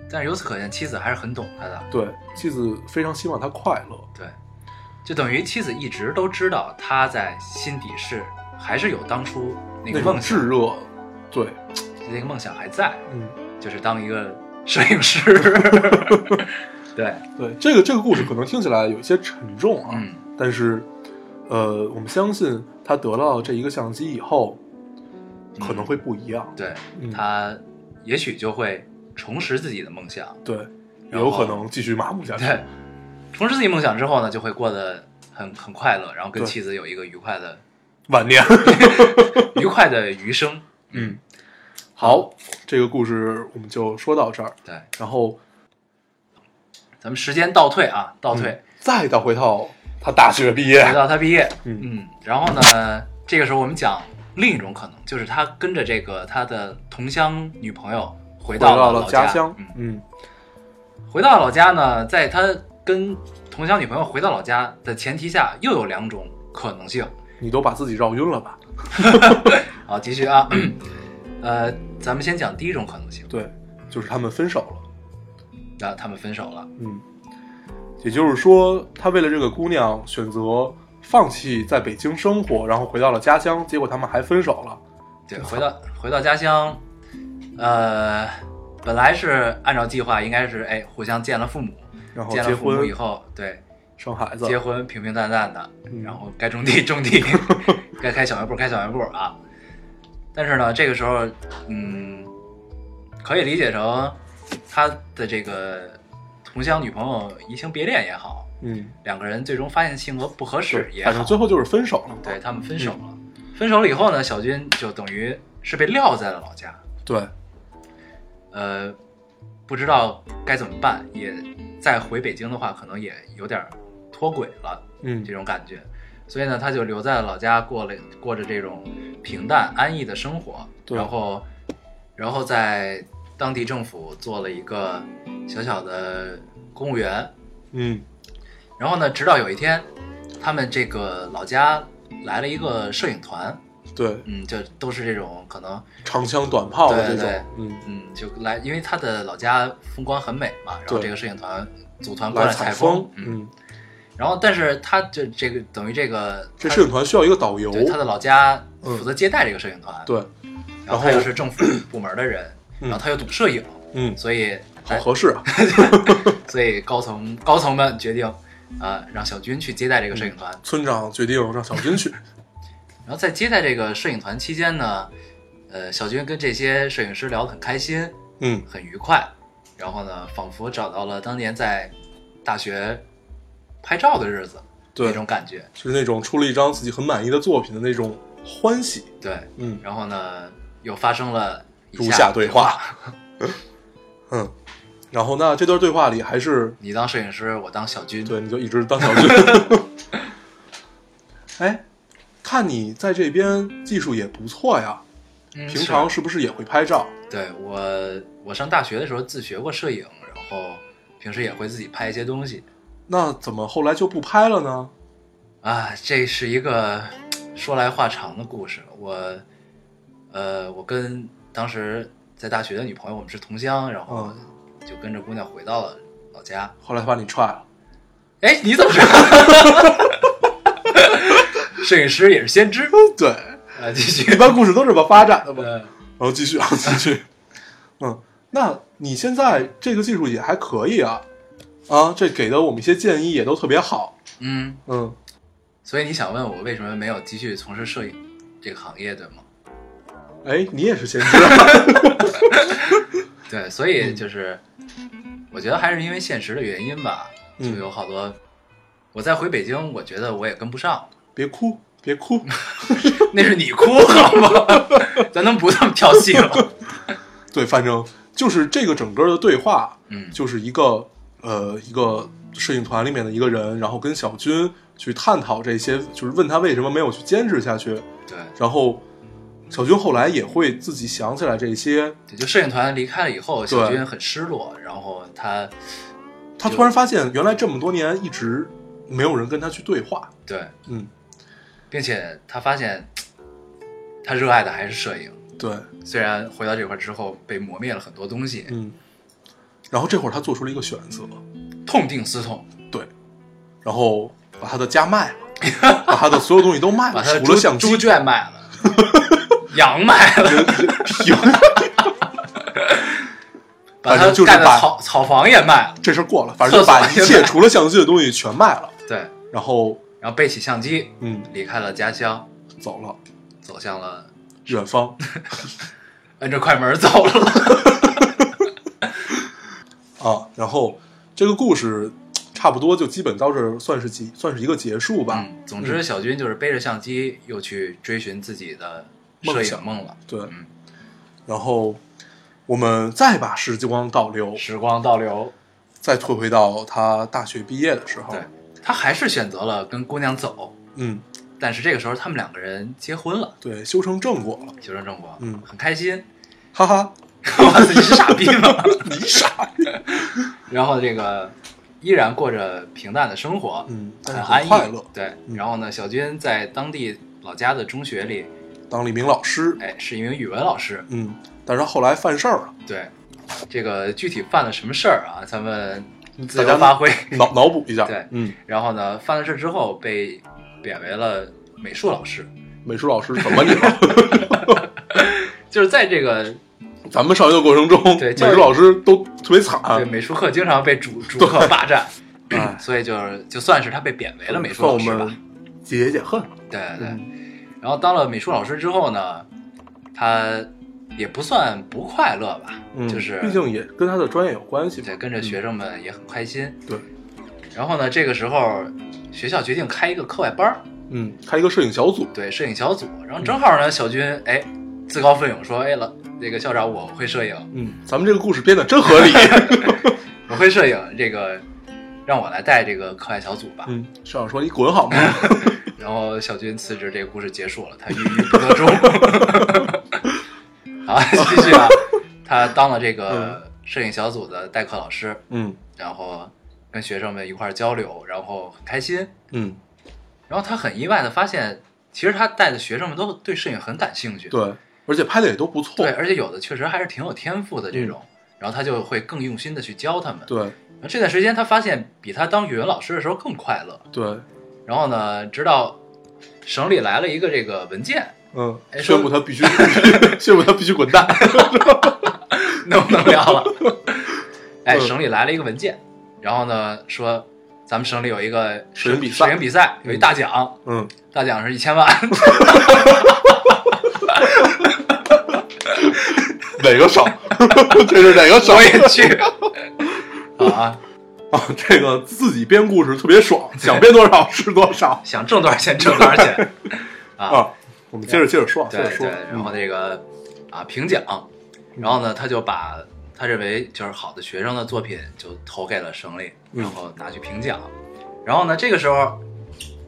[SPEAKER 1] (clears throat) 但是由此可见，妻子还是很懂他的。
[SPEAKER 2] 对，妻子非常希望他快乐。
[SPEAKER 1] 对，就等于妻子一直都知道他在心底是还是有当初那个
[SPEAKER 2] 那种
[SPEAKER 1] 梦想
[SPEAKER 2] 炙，热，对，
[SPEAKER 1] 那个梦想还在，
[SPEAKER 2] 嗯，
[SPEAKER 1] 就是当一个 (laughs) 摄影
[SPEAKER 2] (laughs)
[SPEAKER 1] 师。对，
[SPEAKER 2] 对，这个这个故事可能听起来有一些沉重啊，
[SPEAKER 1] 嗯
[SPEAKER 2] 但是，呃，我们相信他得到这一个相机以后，可能会不一样。
[SPEAKER 1] 对，
[SPEAKER 2] 嗯
[SPEAKER 1] 他也许就会重拾自己的梦
[SPEAKER 2] (laughs)
[SPEAKER 1] 想。
[SPEAKER 2] 嗯对，也
[SPEAKER 1] 然后
[SPEAKER 2] 有可能继续麻木下去。
[SPEAKER 1] 对，重拾自己梦想之后呢，就会过得很很快乐，然后跟
[SPEAKER 2] 对
[SPEAKER 1] 妻子有一个愉快的 (laughs)
[SPEAKER 2] 晚年，
[SPEAKER 1] 愉快的余生。
[SPEAKER 2] 嗯，好，这个故事我们就说到这儿，
[SPEAKER 1] 对，
[SPEAKER 2] 然后
[SPEAKER 1] 咱们时间倒退啊，倒退
[SPEAKER 2] 嗯，再倒回到他大学毕业
[SPEAKER 1] 直，到他毕业。
[SPEAKER 2] 嗯
[SPEAKER 1] 嗯，然后呢，这个时候我们讲另一种可能，就是他跟着这个他的同乡女朋友回
[SPEAKER 2] 回
[SPEAKER 1] 到
[SPEAKER 2] 到
[SPEAKER 1] 老
[SPEAKER 2] 了
[SPEAKER 1] 家
[SPEAKER 2] 乡
[SPEAKER 1] 嗯，，
[SPEAKER 2] 嗯，
[SPEAKER 1] 回到老家呢，在他跟同乡女朋友回到老家的前提下，又有两种可能性。
[SPEAKER 2] 你都把自己绕晕了吧？
[SPEAKER 1] 好，继续啊， (clears throat) 呃，咱们先讲第一种可能性，
[SPEAKER 2] 对，就是他们分手了。
[SPEAKER 1] 然后他们分手了。
[SPEAKER 2] 嗯，也就是说，他为了这个姑娘选择放弃在北京生活，然后回到了家乡，结果他们还分手了。
[SPEAKER 1] 对，回到回到家乡，呃，本来是按照计划，应该是哎互相见了父母，
[SPEAKER 2] 然后
[SPEAKER 1] 见
[SPEAKER 2] 结
[SPEAKER 1] 了父母
[SPEAKER 2] 婚
[SPEAKER 1] 以后，对，
[SPEAKER 2] 生孩子，
[SPEAKER 1] 结婚平平淡淡的，
[SPEAKER 2] 嗯
[SPEAKER 1] 然后该种
[SPEAKER 2] (laughs)
[SPEAKER 1] 地种地，该开小卖部开 (laughs) 小卖部啊。但是呢，这个时候，嗯，可以理解成他的这个同乡女朋友移情别恋也好，
[SPEAKER 2] 嗯，
[SPEAKER 1] 两个人最终发现性格不合适
[SPEAKER 2] 对
[SPEAKER 1] 也
[SPEAKER 2] 反正
[SPEAKER 1] 好，
[SPEAKER 2] 最后嗯就是分手了。
[SPEAKER 1] 对他们分手了。分手了以后呢，小军就等于是被撂在了老家，
[SPEAKER 2] 对，
[SPEAKER 1] 呃，不知道该怎么办，也再回北京的话，可能也有点儿脱轨了。
[SPEAKER 2] 嗯
[SPEAKER 1] 这，种感觉，所以呢，他就留在老家过了过着这种平淡安逸的生活，
[SPEAKER 2] 对
[SPEAKER 1] 然后，然后在当地政府做了一个小小的公务员，
[SPEAKER 2] 嗯，
[SPEAKER 1] 然后呢，直到有一天，他们这个老家来了一个摄影团，
[SPEAKER 2] 对，
[SPEAKER 1] 嗯，就都是这种可能，
[SPEAKER 2] 长枪短炮的
[SPEAKER 1] 对
[SPEAKER 2] 这
[SPEAKER 1] 对
[SPEAKER 2] 种，嗯，
[SPEAKER 1] 嗯，就来，因为他的老家风光很美嘛，然后
[SPEAKER 2] 对
[SPEAKER 1] 这个摄影团组团过
[SPEAKER 2] 来
[SPEAKER 1] 来
[SPEAKER 2] 采
[SPEAKER 1] 风
[SPEAKER 2] 风，，
[SPEAKER 1] 嗯，
[SPEAKER 2] 嗯，
[SPEAKER 1] 然后但是他这这个等于这个
[SPEAKER 2] 这
[SPEAKER 1] 他
[SPEAKER 2] 摄影团需要一个导游，
[SPEAKER 1] 对，他的老家
[SPEAKER 2] 哦嗯
[SPEAKER 1] 负责接待这个摄影团，
[SPEAKER 2] 对，
[SPEAKER 1] 然后他又是政府部门的人，
[SPEAKER 2] 嗯
[SPEAKER 1] 然后他又懂摄影，
[SPEAKER 2] 嗯，
[SPEAKER 1] 所以哎
[SPEAKER 2] 好合适啊，
[SPEAKER 1] 所以高层高层们决定，呃，让小军去接待这个摄影团。
[SPEAKER 2] 村长决定让小军去，
[SPEAKER 1] 然后在接待这个摄影团期间呢，呃，小军跟这些摄影师聊得很开心，
[SPEAKER 2] 嗯，
[SPEAKER 1] 很愉快，然后呢，仿佛找到了当年在大学拍照的日子
[SPEAKER 2] 对
[SPEAKER 1] 那，种感觉，
[SPEAKER 2] 就是那种出了一张自己很满意的作品的那种欢喜，
[SPEAKER 1] 对。
[SPEAKER 2] 嗯，
[SPEAKER 1] 然后呢，又发生了以
[SPEAKER 2] 如下对话，嗯，然后那这段对话里还是
[SPEAKER 1] 你当摄影师，我当小军，
[SPEAKER 2] 对，你就一直当小军。 (laughs) 哎，看你在这边技术也不错呀，
[SPEAKER 1] 嗯
[SPEAKER 2] 平常是不是也会拍照？
[SPEAKER 1] 对我，我上大学的时候自学过摄影，然后平时也会自己拍一些东西。
[SPEAKER 2] 那怎么后来就不拍了呢？
[SPEAKER 1] 啊，这是一个说来话长的故事。我，呃，我跟当时在大学的女朋友，我们是同乡，然后就跟着姑娘回到了老家。
[SPEAKER 2] 嗯后来把你踹了， (laughs)
[SPEAKER 1] 哎，你怎么知道？ (laughs) 摄影师也是先知
[SPEAKER 2] 对，
[SPEAKER 1] 啊，继
[SPEAKER 2] 一 (laughs)
[SPEAKER 1] 续。
[SPEAKER 2] 般故事都是这么发展的嘛。
[SPEAKER 1] 呃，
[SPEAKER 2] 然后继续啊，继续，嗯，那你现在这个技术也还可以啊，啊，这给的我们一些建议也都特别好，
[SPEAKER 1] 嗯，
[SPEAKER 2] 嗯，
[SPEAKER 1] 所以你想问我为什么没有继续从事摄影这个行业，对吗？
[SPEAKER 2] 哎，你也是先知，啊
[SPEAKER 1] 对，所
[SPEAKER 2] 嗯
[SPEAKER 1] 以就是，我觉得还是因为现实的原因吧，就
[SPEAKER 2] 嗯
[SPEAKER 1] 有好多。我再回北京，我觉得我也跟不上，
[SPEAKER 2] (laughs) 别哭，别哭，
[SPEAKER 1] 那是你哭好吗？ (laughs) 咱能不这么跳戏吗？ (laughs)
[SPEAKER 2] 对，反正就是这个整个的对话，
[SPEAKER 1] 嗯，
[SPEAKER 2] 就是一个呃一个摄影团里面的一个人，然后跟小军去探讨这些，就是问他为什么没有去坚持下去，
[SPEAKER 1] 对，
[SPEAKER 2] 然后小军后来也会自己想起来这些，
[SPEAKER 1] 对就摄影团离开了以后，小
[SPEAKER 2] 对
[SPEAKER 1] 军很失落，然后他
[SPEAKER 2] 他突然发现原来这么多年一直没有人跟他去对话，
[SPEAKER 1] 对，
[SPEAKER 2] 嗯，
[SPEAKER 1] 并且他发现他热爱的还是摄影，
[SPEAKER 2] 对，
[SPEAKER 1] 虽然回到这块儿之后被磨灭了很多东西，
[SPEAKER 2] 嗯，然后这会儿他做出了一个选择，
[SPEAKER 1] 痛定思痛，
[SPEAKER 2] 对，然后把他的家卖了，把他的所有东西都
[SPEAKER 1] (laughs)
[SPEAKER 2] 卖
[SPEAKER 1] 把
[SPEAKER 2] 了，
[SPEAKER 1] 他的
[SPEAKER 2] 除了
[SPEAKER 1] 猪
[SPEAKER 2] 相机
[SPEAKER 1] 猪，
[SPEAKER 2] (laughs)
[SPEAKER 1] 圈卖了，羊卖了， (laughs)
[SPEAKER 2] 停，
[SPEAKER 1] 把
[SPEAKER 2] 反
[SPEAKER 1] 他
[SPEAKER 2] 正就是
[SPEAKER 1] 盖的
[SPEAKER 2] 把
[SPEAKER 1] 草草房也卖了，
[SPEAKER 2] 这事儿过了，反正就把一
[SPEAKER 1] 厕所也
[SPEAKER 2] 切
[SPEAKER 1] 卖
[SPEAKER 2] 除了相机的东西全卖了，
[SPEAKER 1] 对，
[SPEAKER 2] 然后
[SPEAKER 1] 然后背起相机
[SPEAKER 2] 嗯
[SPEAKER 1] 离开了家乡，
[SPEAKER 2] 走了
[SPEAKER 1] 走向了
[SPEAKER 2] 远方
[SPEAKER 1] 摁着快门走了， (laughs)
[SPEAKER 2] 啊，然后这个故事差不多就基本到这儿算是结算是一个结束吧，
[SPEAKER 1] 嗯，总之小军就是背着相机又去追寻自己的摄
[SPEAKER 2] 梦
[SPEAKER 1] 影
[SPEAKER 2] 想
[SPEAKER 1] 梦了，
[SPEAKER 2] 对
[SPEAKER 1] 嗯，
[SPEAKER 2] 然后我们再把时光倒流，
[SPEAKER 1] 时光倒流，
[SPEAKER 2] 再退回到他大学毕业的时候
[SPEAKER 1] 对，他还是选择了跟姑娘走。
[SPEAKER 2] 嗯，
[SPEAKER 1] 但是这个时候，他们两个人结婚了，
[SPEAKER 2] 对，修成正果了，
[SPEAKER 1] 修成正果，
[SPEAKER 2] 嗯
[SPEAKER 1] 很开心。 (laughs)
[SPEAKER 2] 哈哈。
[SPEAKER 1] 哇塞，你是傻逼吗？ (laughs)
[SPEAKER 2] 你傻。
[SPEAKER 1] 然后这个依然过着平淡的生活，
[SPEAKER 2] 嗯，但
[SPEAKER 1] 很
[SPEAKER 2] 是
[SPEAKER 1] 安
[SPEAKER 2] 很
[SPEAKER 1] 逸，
[SPEAKER 2] 快乐。
[SPEAKER 1] 对，
[SPEAKER 2] 嗯
[SPEAKER 1] 然后呢，小军在当地老家的中学里，
[SPEAKER 2] 当了一名老师，
[SPEAKER 1] 哎，是一名语文老师。
[SPEAKER 2] 嗯，但是他后来犯事儿了，
[SPEAKER 1] 对，这个具体犯了什么事儿啊？咱们自
[SPEAKER 2] 大
[SPEAKER 1] 由
[SPEAKER 2] 家
[SPEAKER 1] 发挥。 (laughs)
[SPEAKER 2] 脑脑补一下。
[SPEAKER 1] 对
[SPEAKER 2] 嗯，
[SPEAKER 1] 然后呢，犯了事之后被贬为了美术老师， (laughs)
[SPEAKER 2] 美术老师怎么你了？ (laughs)
[SPEAKER 1] 就是在这个
[SPEAKER 2] 咱们上学的过程中，
[SPEAKER 1] 对
[SPEAKER 2] 美
[SPEAKER 1] 教育
[SPEAKER 2] 术老师都特别
[SPEAKER 1] 对
[SPEAKER 2] 惨，
[SPEAKER 1] 美术课经常被
[SPEAKER 2] (laughs)
[SPEAKER 1] 主主课霸占。
[SPEAKER 2] 哎，
[SPEAKER 1] 所以就是就算是他被贬为了美术
[SPEAKER 2] 算
[SPEAKER 1] 老
[SPEAKER 2] 我
[SPEAKER 1] 师吧
[SPEAKER 2] 们，解解恨。
[SPEAKER 1] 对对对。
[SPEAKER 2] 嗯
[SPEAKER 1] 然后当了美术老师之后呢，他也不算不快乐吧，
[SPEAKER 2] 嗯，
[SPEAKER 1] 就是
[SPEAKER 2] 毕竟也跟他的专业有关系嘛。
[SPEAKER 1] 对跟着学生们也很开心。
[SPEAKER 2] 对，
[SPEAKER 1] 然后呢，这个时候学校决定开一个课外班儿，
[SPEAKER 2] 嗯，开一个摄影小组，
[SPEAKER 1] 对摄影小组。然后正好呢，小军哎自告奋勇说，哎了，那个校长我会摄影，
[SPEAKER 2] 嗯，咱们这个故事编的真
[SPEAKER 1] (laughs)
[SPEAKER 2] 合理。
[SPEAKER 1] 我会摄影，这个让我来带这个课外小组吧。
[SPEAKER 2] 嗯，校长说你滚好吗？
[SPEAKER 1] 然后小军辞职，这个故事结束了，他郁郁不得终。 (laughs) 好，继续啊，他当了这个摄影小组的代课老师，
[SPEAKER 2] 嗯
[SPEAKER 1] 然后跟学生们一块儿交流，然后很开心。
[SPEAKER 2] 嗯，
[SPEAKER 1] 然后他很意外的发现，其实他带的学生们都对摄影很感兴趣，
[SPEAKER 2] 对，而且拍的也都不错。
[SPEAKER 1] 对而且有的确实还是挺有天赋的这种。然后他就会更用心的去教他们。
[SPEAKER 2] 对
[SPEAKER 1] 然后这段时间，他发现比他当语文老师的时候更快乐。
[SPEAKER 2] 对，
[SPEAKER 1] 然后呢，直到省里来了一个这个文件，
[SPEAKER 2] 嗯，
[SPEAKER 1] 哎说
[SPEAKER 2] 宣布他必须 (laughs) 宣布他必须滚蛋。
[SPEAKER 1] 能不能聊了？哎，
[SPEAKER 2] 嗯
[SPEAKER 1] 省里来了一个文件，然后呢说，咱们省里有一个
[SPEAKER 2] 摄影比赛
[SPEAKER 1] 摄影比赛有一大奖，
[SPEAKER 2] 嗯，
[SPEAKER 1] 大奖是一千万， (laughs)
[SPEAKER 2] 哪个省？ (laughs) 这是哪个省
[SPEAKER 1] 我也去。 (laughs) 好啊，
[SPEAKER 2] 啊？这个自己编故事特
[SPEAKER 1] (laughs)
[SPEAKER 2] 别爽，想编多少是多少
[SPEAKER 1] 想挣多少钱挣多少钱啊？
[SPEAKER 2] 啊！我们接着接着说，接
[SPEAKER 1] 对
[SPEAKER 2] 着说嗯
[SPEAKER 1] 对，，然后那个啊评奖，然后呢他就把他认为就是好的学生的作品就投给了省里，
[SPEAKER 2] 嗯
[SPEAKER 1] 然后拿去评奖，然后呢这个时候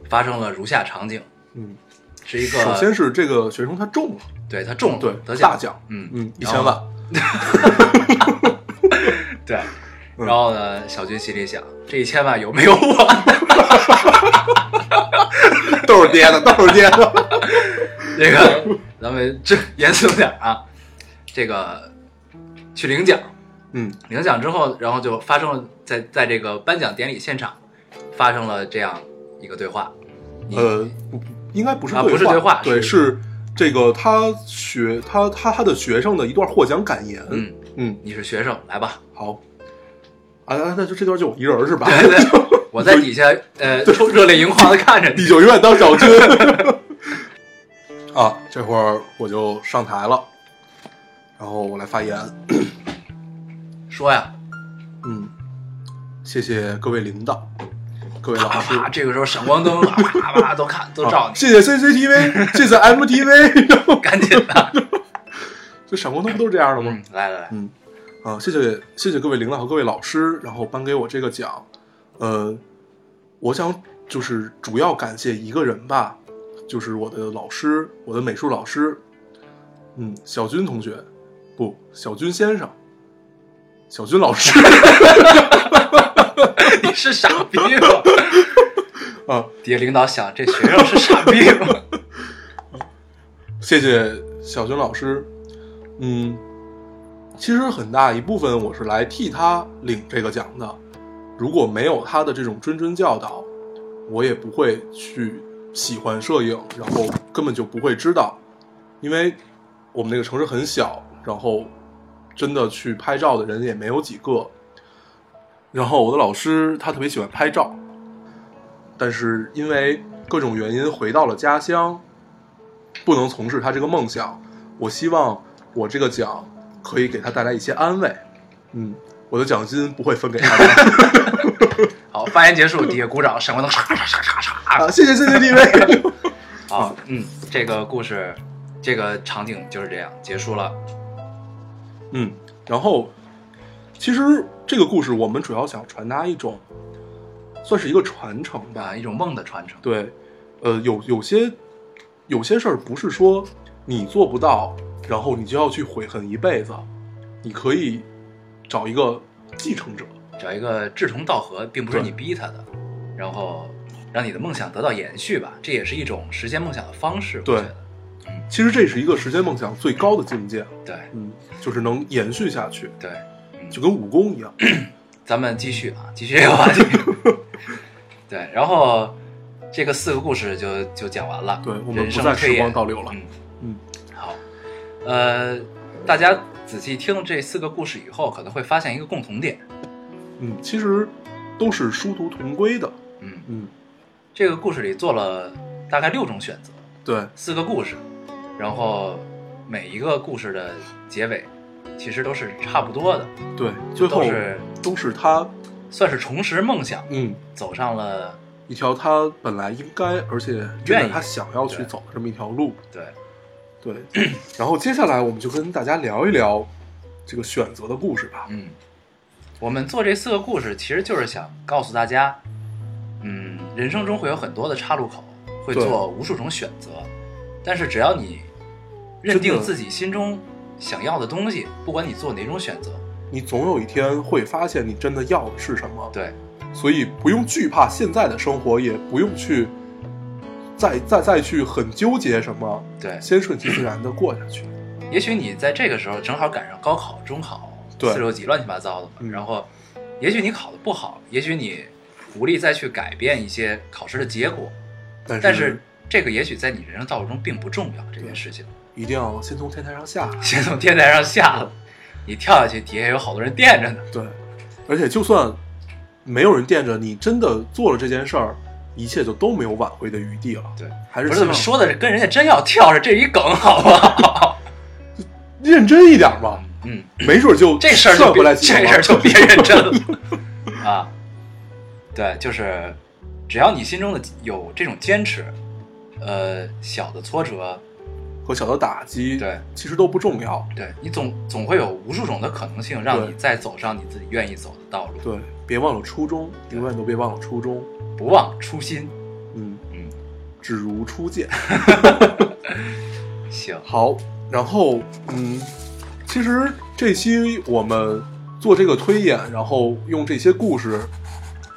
[SPEAKER 1] 发生了如下场景。
[SPEAKER 2] 嗯，
[SPEAKER 1] 是一个
[SPEAKER 2] 首先是这个学生他中了，
[SPEAKER 1] 对他中了
[SPEAKER 2] 对
[SPEAKER 1] 得
[SPEAKER 2] 大
[SPEAKER 1] 奖
[SPEAKER 2] 奖，
[SPEAKER 1] 嗯
[SPEAKER 2] 嗯，一
[SPEAKER 1] 然后
[SPEAKER 2] 千万， (laughs)
[SPEAKER 1] 对，
[SPEAKER 2] 嗯
[SPEAKER 1] 然后呢，小军心里想，这一千万有没有我？ (laughs)
[SPEAKER 2] 都是爹的，都是爹的。
[SPEAKER 1] 这个咱们这严肃点啊，这个去领奖，
[SPEAKER 2] 嗯，
[SPEAKER 1] 领奖之后，然后就发生了在在这个颁奖典礼现场发生了这样一个对话，你
[SPEAKER 2] 呃，不，不应该不是
[SPEAKER 1] 啊
[SPEAKER 2] 对
[SPEAKER 1] 不是对话
[SPEAKER 2] 对，
[SPEAKER 1] 是
[SPEAKER 2] 是这个他学他他他的学生的一段获奖感言。
[SPEAKER 1] 嗯，
[SPEAKER 2] 嗯，
[SPEAKER 1] 你是学生，来吧，
[SPEAKER 2] 好。啊，那那就这段就我一人儿
[SPEAKER 1] (laughs)
[SPEAKER 2] 是吧？
[SPEAKER 1] 对
[SPEAKER 2] (laughs)
[SPEAKER 1] 对，我在底下呃抽热泪盈眶的看着
[SPEAKER 2] 你
[SPEAKER 1] 你，
[SPEAKER 2] 就永远当小军。 (laughs) 啊，这会儿我就上台了，然后我来发言。
[SPEAKER 1] 说呀，
[SPEAKER 2] 嗯，谢谢各位领导，各位老
[SPEAKER 1] 啪
[SPEAKER 2] 师。
[SPEAKER 1] 啪，这个时候闪光灯啊啪啪都看都照
[SPEAKER 2] 啊
[SPEAKER 1] 你，
[SPEAKER 2] 谢谢 CCTV，谢谢 MTV，然后 (laughs)
[SPEAKER 1] 赶紧的，
[SPEAKER 2] 这闪光灯不都是这样的吗？
[SPEAKER 1] 嗯，来来来，
[SPEAKER 2] 嗯，啊，谢谢谢谢各位领导和各位老师，然后颁给我这个奖。呃，我想就是主要感谢一个人吧，就是我的老师，我的美术老师，嗯，小军同学，不，小军先生，小军老师
[SPEAKER 1] 你是傻逼吗？
[SPEAKER 2] (laughs) 啊，
[SPEAKER 1] 底下领导想，这学生是傻逼吗？
[SPEAKER 2] 谢谢小军老师。嗯，其实很大一部分我是来替他领这个奖的，如果没有他的这种谆谆教导，我也不会去喜欢摄影，然后根本就不会知道，因为我们那个城市很小，然后真的去拍照的人也没有几个。然后我的老师他特别喜欢拍照，但是因为各种原因回到了家乡，不能从事他这个梦想。我希望我这个奖可以给他带来一些安慰。嗯，我的奖金不会分给他 (laughs) 的。
[SPEAKER 1] 好，发言结束，底下鼓掌，闪光灯唰唰唰唰唰。
[SPEAKER 2] 啊，谢谢谢 (laughs) 谢你们。啊
[SPEAKER 1] 好，嗯，这个故事，这个场景就是这样结束了。
[SPEAKER 2] 嗯，然后其实这个故事我们主要想传达一种，算是一个传承吧。
[SPEAKER 1] 啊，一种梦的传承。
[SPEAKER 2] 对，呃，有有些有些事儿不是说你做不到，然后你就要去悔恨一辈子，你可以找一个继承者。
[SPEAKER 1] 找一个志同道合，并不是
[SPEAKER 2] 对
[SPEAKER 1] 你逼他的，然后让你的梦想得到延续吧，这也是一种实现梦想的方式。我
[SPEAKER 2] 对
[SPEAKER 1] 觉得，
[SPEAKER 2] 其实这是一个实现梦想最高的境界，
[SPEAKER 1] 对
[SPEAKER 2] 嗯，就是能延续下去，
[SPEAKER 1] 对，
[SPEAKER 2] 就跟武功一样。
[SPEAKER 1] 嗯咱们继续啊，继续这个话题。
[SPEAKER 2] (laughs)
[SPEAKER 1] 对，然后这个四个故事就就讲完了。
[SPEAKER 2] 对我们
[SPEAKER 1] 人
[SPEAKER 2] 不
[SPEAKER 1] 生
[SPEAKER 2] 再
[SPEAKER 1] 推
[SPEAKER 2] 时光
[SPEAKER 1] 演
[SPEAKER 2] 倒流了。
[SPEAKER 1] 嗯
[SPEAKER 2] 嗯，
[SPEAKER 1] 好，呃，大家仔细听这四个故事以后，可能会发现一个共同点。
[SPEAKER 2] 嗯，其实都是殊途同归的。
[SPEAKER 1] 嗯，
[SPEAKER 2] 嗯，
[SPEAKER 1] 这个故事里做了大概六种选择，
[SPEAKER 2] 对，
[SPEAKER 1] 四个故事，然后每一个故事的结尾其实都是差不多的，
[SPEAKER 2] 对，最后
[SPEAKER 1] 都是
[SPEAKER 2] 都是他，
[SPEAKER 1] 算是重拾梦想，
[SPEAKER 2] 嗯，
[SPEAKER 1] 走上了
[SPEAKER 2] 一条他本来应该，而且真
[SPEAKER 1] 愿
[SPEAKER 2] 的
[SPEAKER 1] 意
[SPEAKER 2] 他想要去
[SPEAKER 1] 对
[SPEAKER 2] 走的这么一条路。
[SPEAKER 1] 对
[SPEAKER 2] 对，然后接下来我们就跟大家聊一聊这个选择的故事吧。
[SPEAKER 1] 嗯，我们做这四个故事，其实就是想告诉大家，嗯，人生中会有很多的岔路口，会
[SPEAKER 2] 对
[SPEAKER 1] 做无数种选择，但是只要你认
[SPEAKER 2] 真
[SPEAKER 1] 定
[SPEAKER 2] 的
[SPEAKER 1] 自己心中想要的东西，不管你做哪种选择，
[SPEAKER 2] 你总有一天会发现你真的要的是什么，
[SPEAKER 1] 对
[SPEAKER 2] 所以不用惧怕现在的生活，也不用去再再再去很纠结什么，
[SPEAKER 1] 对，
[SPEAKER 2] 先顺其自然的过下去。
[SPEAKER 1] 也许你在这个时候正好赶上高考、中考、
[SPEAKER 2] 对
[SPEAKER 1] 四六级乱七八糟的嘛，
[SPEAKER 2] 嗯
[SPEAKER 1] 然后也许你考的不好，也许你无力再去改变一些考试的结果，
[SPEAKER 2] 但是
[SPEAKER 1] 但是这个也许在你人生道路中并不重要，这件事情。 (laughs)
[SPEAKER 2] 一定要先从天台上下来。
[SPEAKER 1] 先从天台上下来，你跳下去，底下有好多人垫着呢。
[SPEAKER 2] 对，而且就算没有人惦着你，真的做了这件事儿，一切就都没有挽回的余地了。
[SPEAKER 1] 对，
[SPEAKER 2] 还
[SPEAKER 1] 不
[SPEAKER 2] 是
[SPEAKER 1] 是
[SPEAKER 2] 希
[SPEAKER 1] 怎么
[SPEAKER 2] 望
[SPEAKER 1] 说的，跟人家真要跳着，这是一梗，好不好？
[SPEAKER 2] 认真一点吧，
[SPEAKER 1] 嗯，
[SPEAKER 2] 没准就
[SPEAKER 1] 这事儿就
[SPEAKER 2] 转
[SPEAKER 1] 别
[SPEAKER 2] 回来几个
[SPEAKER 1] 这事儿就别认真了啊。对，就是只要你心中的有这种坚持，呃，小的挫折，
[SPEAKER 2] 和小的打击，
[SPEAKER 1] 对，
[SPEAKER 2] 其实都不重要。
[SPEAKER 1] 对你总总会有无数种的可能性，让
[SPEAKER 2] 对
[SPEAKER 1] 你再走上你自己愿意走的道路。
[SPEAKER 2] 对，别忘了初衷，永远都别忘了初衷。
[SPEAKER 1] 不忘初心，
[SPEAKER 2] 嗯
[SPEAKER 1] 嗯，
[SPEAKER 2] 只如初见。
[SPEAKER 1] 行，
[SPEAKER 2] 好，然后嗯，其实这期我们做这个推演，然后用这些故事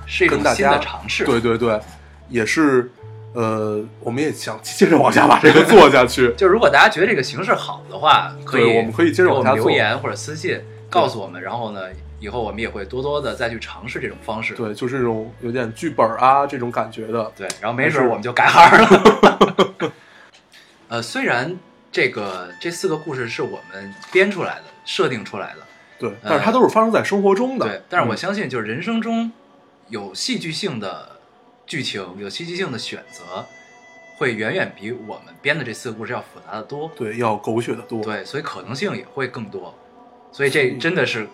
[SPEAKER 1] 是一种
[SPEAKER 2] 跟大
[SPEAKER 1] 新的
[SPEAKER 2] 家
[SPEAKER 1] 尝试。。
[SPEAKER 2] 对对对，也是呃，我们也想接着往下把这个做下去
[SPEAKER 1] 就如果大家觉得这个形式好的话，可以
[SPEAKER 2] 对我们可以接着
[SPEAKER 1] 给我
[SPEAKER 2] 往下
[SPEAKER 1] 们
[SPEAKER 2] 做
[SPEAKER 1] 留言或者私信告诉我们，然后呢，以后我们也会多多的再去尝试这种方式。
[SPEAKER 2] 对，就是这种有点剧本啊这种感觉的，
[SPEAKER 1] 对，然后没准
[SPEAKER 2] 还
[SPEAKER 1] 儿
[SPEAKER 2] 是
[SPEAKER 1] 我们就改行了。 (laughs) 呃，虽然这个这四个故事是我们编出来的、设定出来的，
[SPEAKER 2] 对，但是它都是发生在生活中的。
[SPEAKER 1] 嗯对，但是我
[SPEAKER 2] 嗯
[SPEAKER 1] 相信，就是人生中有戏剧性的剧情，有戏剧性的选择，会远远比我们编的这四个故事要复杂的多。
[SPEAKER 2] 对要狗血的多。
[SPEAKER 1] 对，所以可能性也会更多，所以这真的是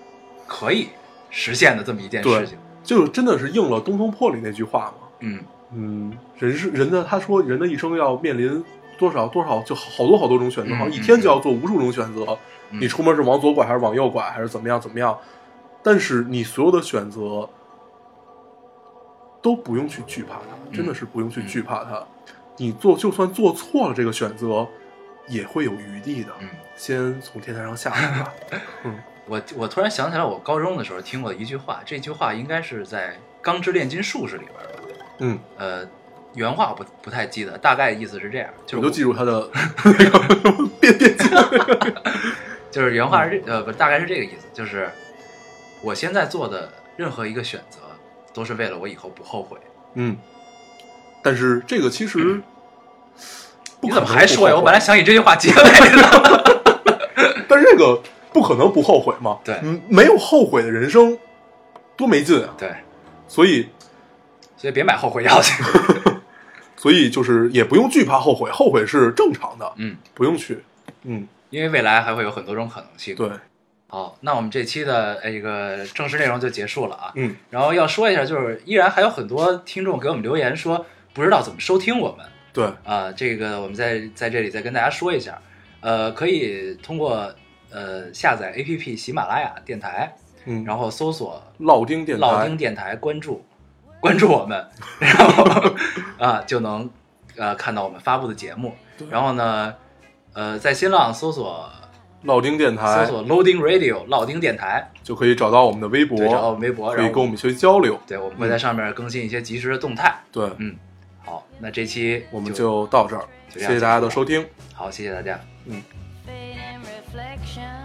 [SPEAKER 1] 可以实现的这么一件
[SPEAKER 2] 对
[SPEAKER 1] 事情。
[SPEAKER 2] 就真的是应了《东风破》里那句话嘛，
[SPEAKER 1] 嗯，
[SPEAKER 2] 嗯，人是人的，他说人的一生要面临多少多少，就好多好多种选择，
[SPEAKER 1] 嗯
[SPEAKER 2] 好像一
[SPEAKER 1] 嗯
[SPEAKER 2] 天就要做无数种选择。
[SPEAKER 1] 嗯
[SPEAKER 2] 你出门是往左拐还是往右拐，还是怎么样怎么样？但是你所有的选择都不用去惧怕它，
[SPEAKER 1] 嗯
[SPEAKER 2] 真的是不用去惧怕它。你做就算做错了这个选择，也会有余地的。
[SPEAKER 1] 嗯
[SPEAKER 2] 先从天台上下
[SPEAKER 1] (laughs)
[SPEAKER 2] 来吧。
[SPEAKER 1] 我我突然想起来，我高中的时候听过一句话，这句话应该是在《钢之炼金术士》里边儿吧？
[SPEAKER 2] 嗯，
[SPEAKER 1] 呃，原话我不不太记得，大概意思是这样，就是
[SPEAKER 2] 我就
[SPEAKER 1] 我
[SPEAKER 2] 记住他的 (laughs) 那个 (laughs) 变变器。
[SPEAKER 1] 就是原话是这呃不大概是这个意思，就是我现在做的任何一个选择都是为了我以后不后悔。
[SPEAKER 2] 嗯，但是这个其实
[SPEAKER 1] 嗯你
[SPEAKER 2] 不可
[SPEAKER 1] 怎
[SPEAKER 2] 能
[SPEAKER 1] 么还说呀？我
[SPEAKER 2] 不后悔
[SPEAKER 1] 本来想以这句话结尾的。
[SPEAKER 2] 但是这个不可能不后悔嘛。
[SPEAKER 1] 对
[SPEAKER 2] 嗯，没有后悔的人生多没劲啊！
[SPEAKER 1] (laughs) 对，
[SPEAKER 2] 所以，
[SPEAKER 1] 所以别买后悔药去。 (laughs)
[SPEAKER 2] 所以就是也不用惧怕后悔，后悔是正常的，
[SPEAKER 1] 嗯，
[SPEAKER 2] 不用去。嗯，
[SPEAKER 1] 因为未来还会有很多种可能性。
[SPEAKER 2] 对，
[SPEAKER 1] 好，那我们这期的呃这个正式内容就结束了啊。
[SPEAKER 2] 嗯，
[SPEAKER 1] 然后要说一下，就是依然还有很多听众给我们留言说不知道怎么收听我们
[SPEAKER 2] 对，
[SPEAKER 1] 啊、这个我们在在这里再跟大家说一下，呃，可以通过呃下载 APP 喜马拉雅电台，
[SPEAKER 2] 嗯，
[SPEAKER 1] 然后搜索
[SPEAKER 2] 老丁电
[SPEAKER 1] 老
[SPEAKER 2] 台
[SPEAKER 1] 丁，电台，关注关注我们，然后 (laughs) 啊就能呃看到我们发布的节目。然后呢，呃，在新浪搜索
[SPEAKER 2] 老丁电
[SPEAKER 1] 搜
[SPEAKER 2] 台
[SPEAKER 1] 索 Loading Radio 老丁电台，
[SPEAKER 2] 就可以找到我们的微
[SPEAKER 1] 对，找到我
[SPEAKER 2] 博，
[SPEAKER 1] 们微博，
[SPEAKER 2] 可以
[SPEAKER 1] 然
[SPEAKER 2] 跟我
[SPEAKER 1] 后
[SPEAKER 2] 们一些交流。
[SPEAKER 1] 对我们会在上面更新一些及时的动态。
[SPEAKER 2] 对，
[SPEAKER 1] 嗯，好，那这期
[SPEAKER 2] 我们
[SPEAKER 1] 就
[SPEAKER 2] 就到这儿，
[SPEAKER 1] 就这
[SPEAKER 2] 谢
[SPEAKER 1] 样
[SPEAKER 2] 谢大家的收听。
[SPEAKER 1] 好，谢谢大家。
[SPEAKER 3] fading reflection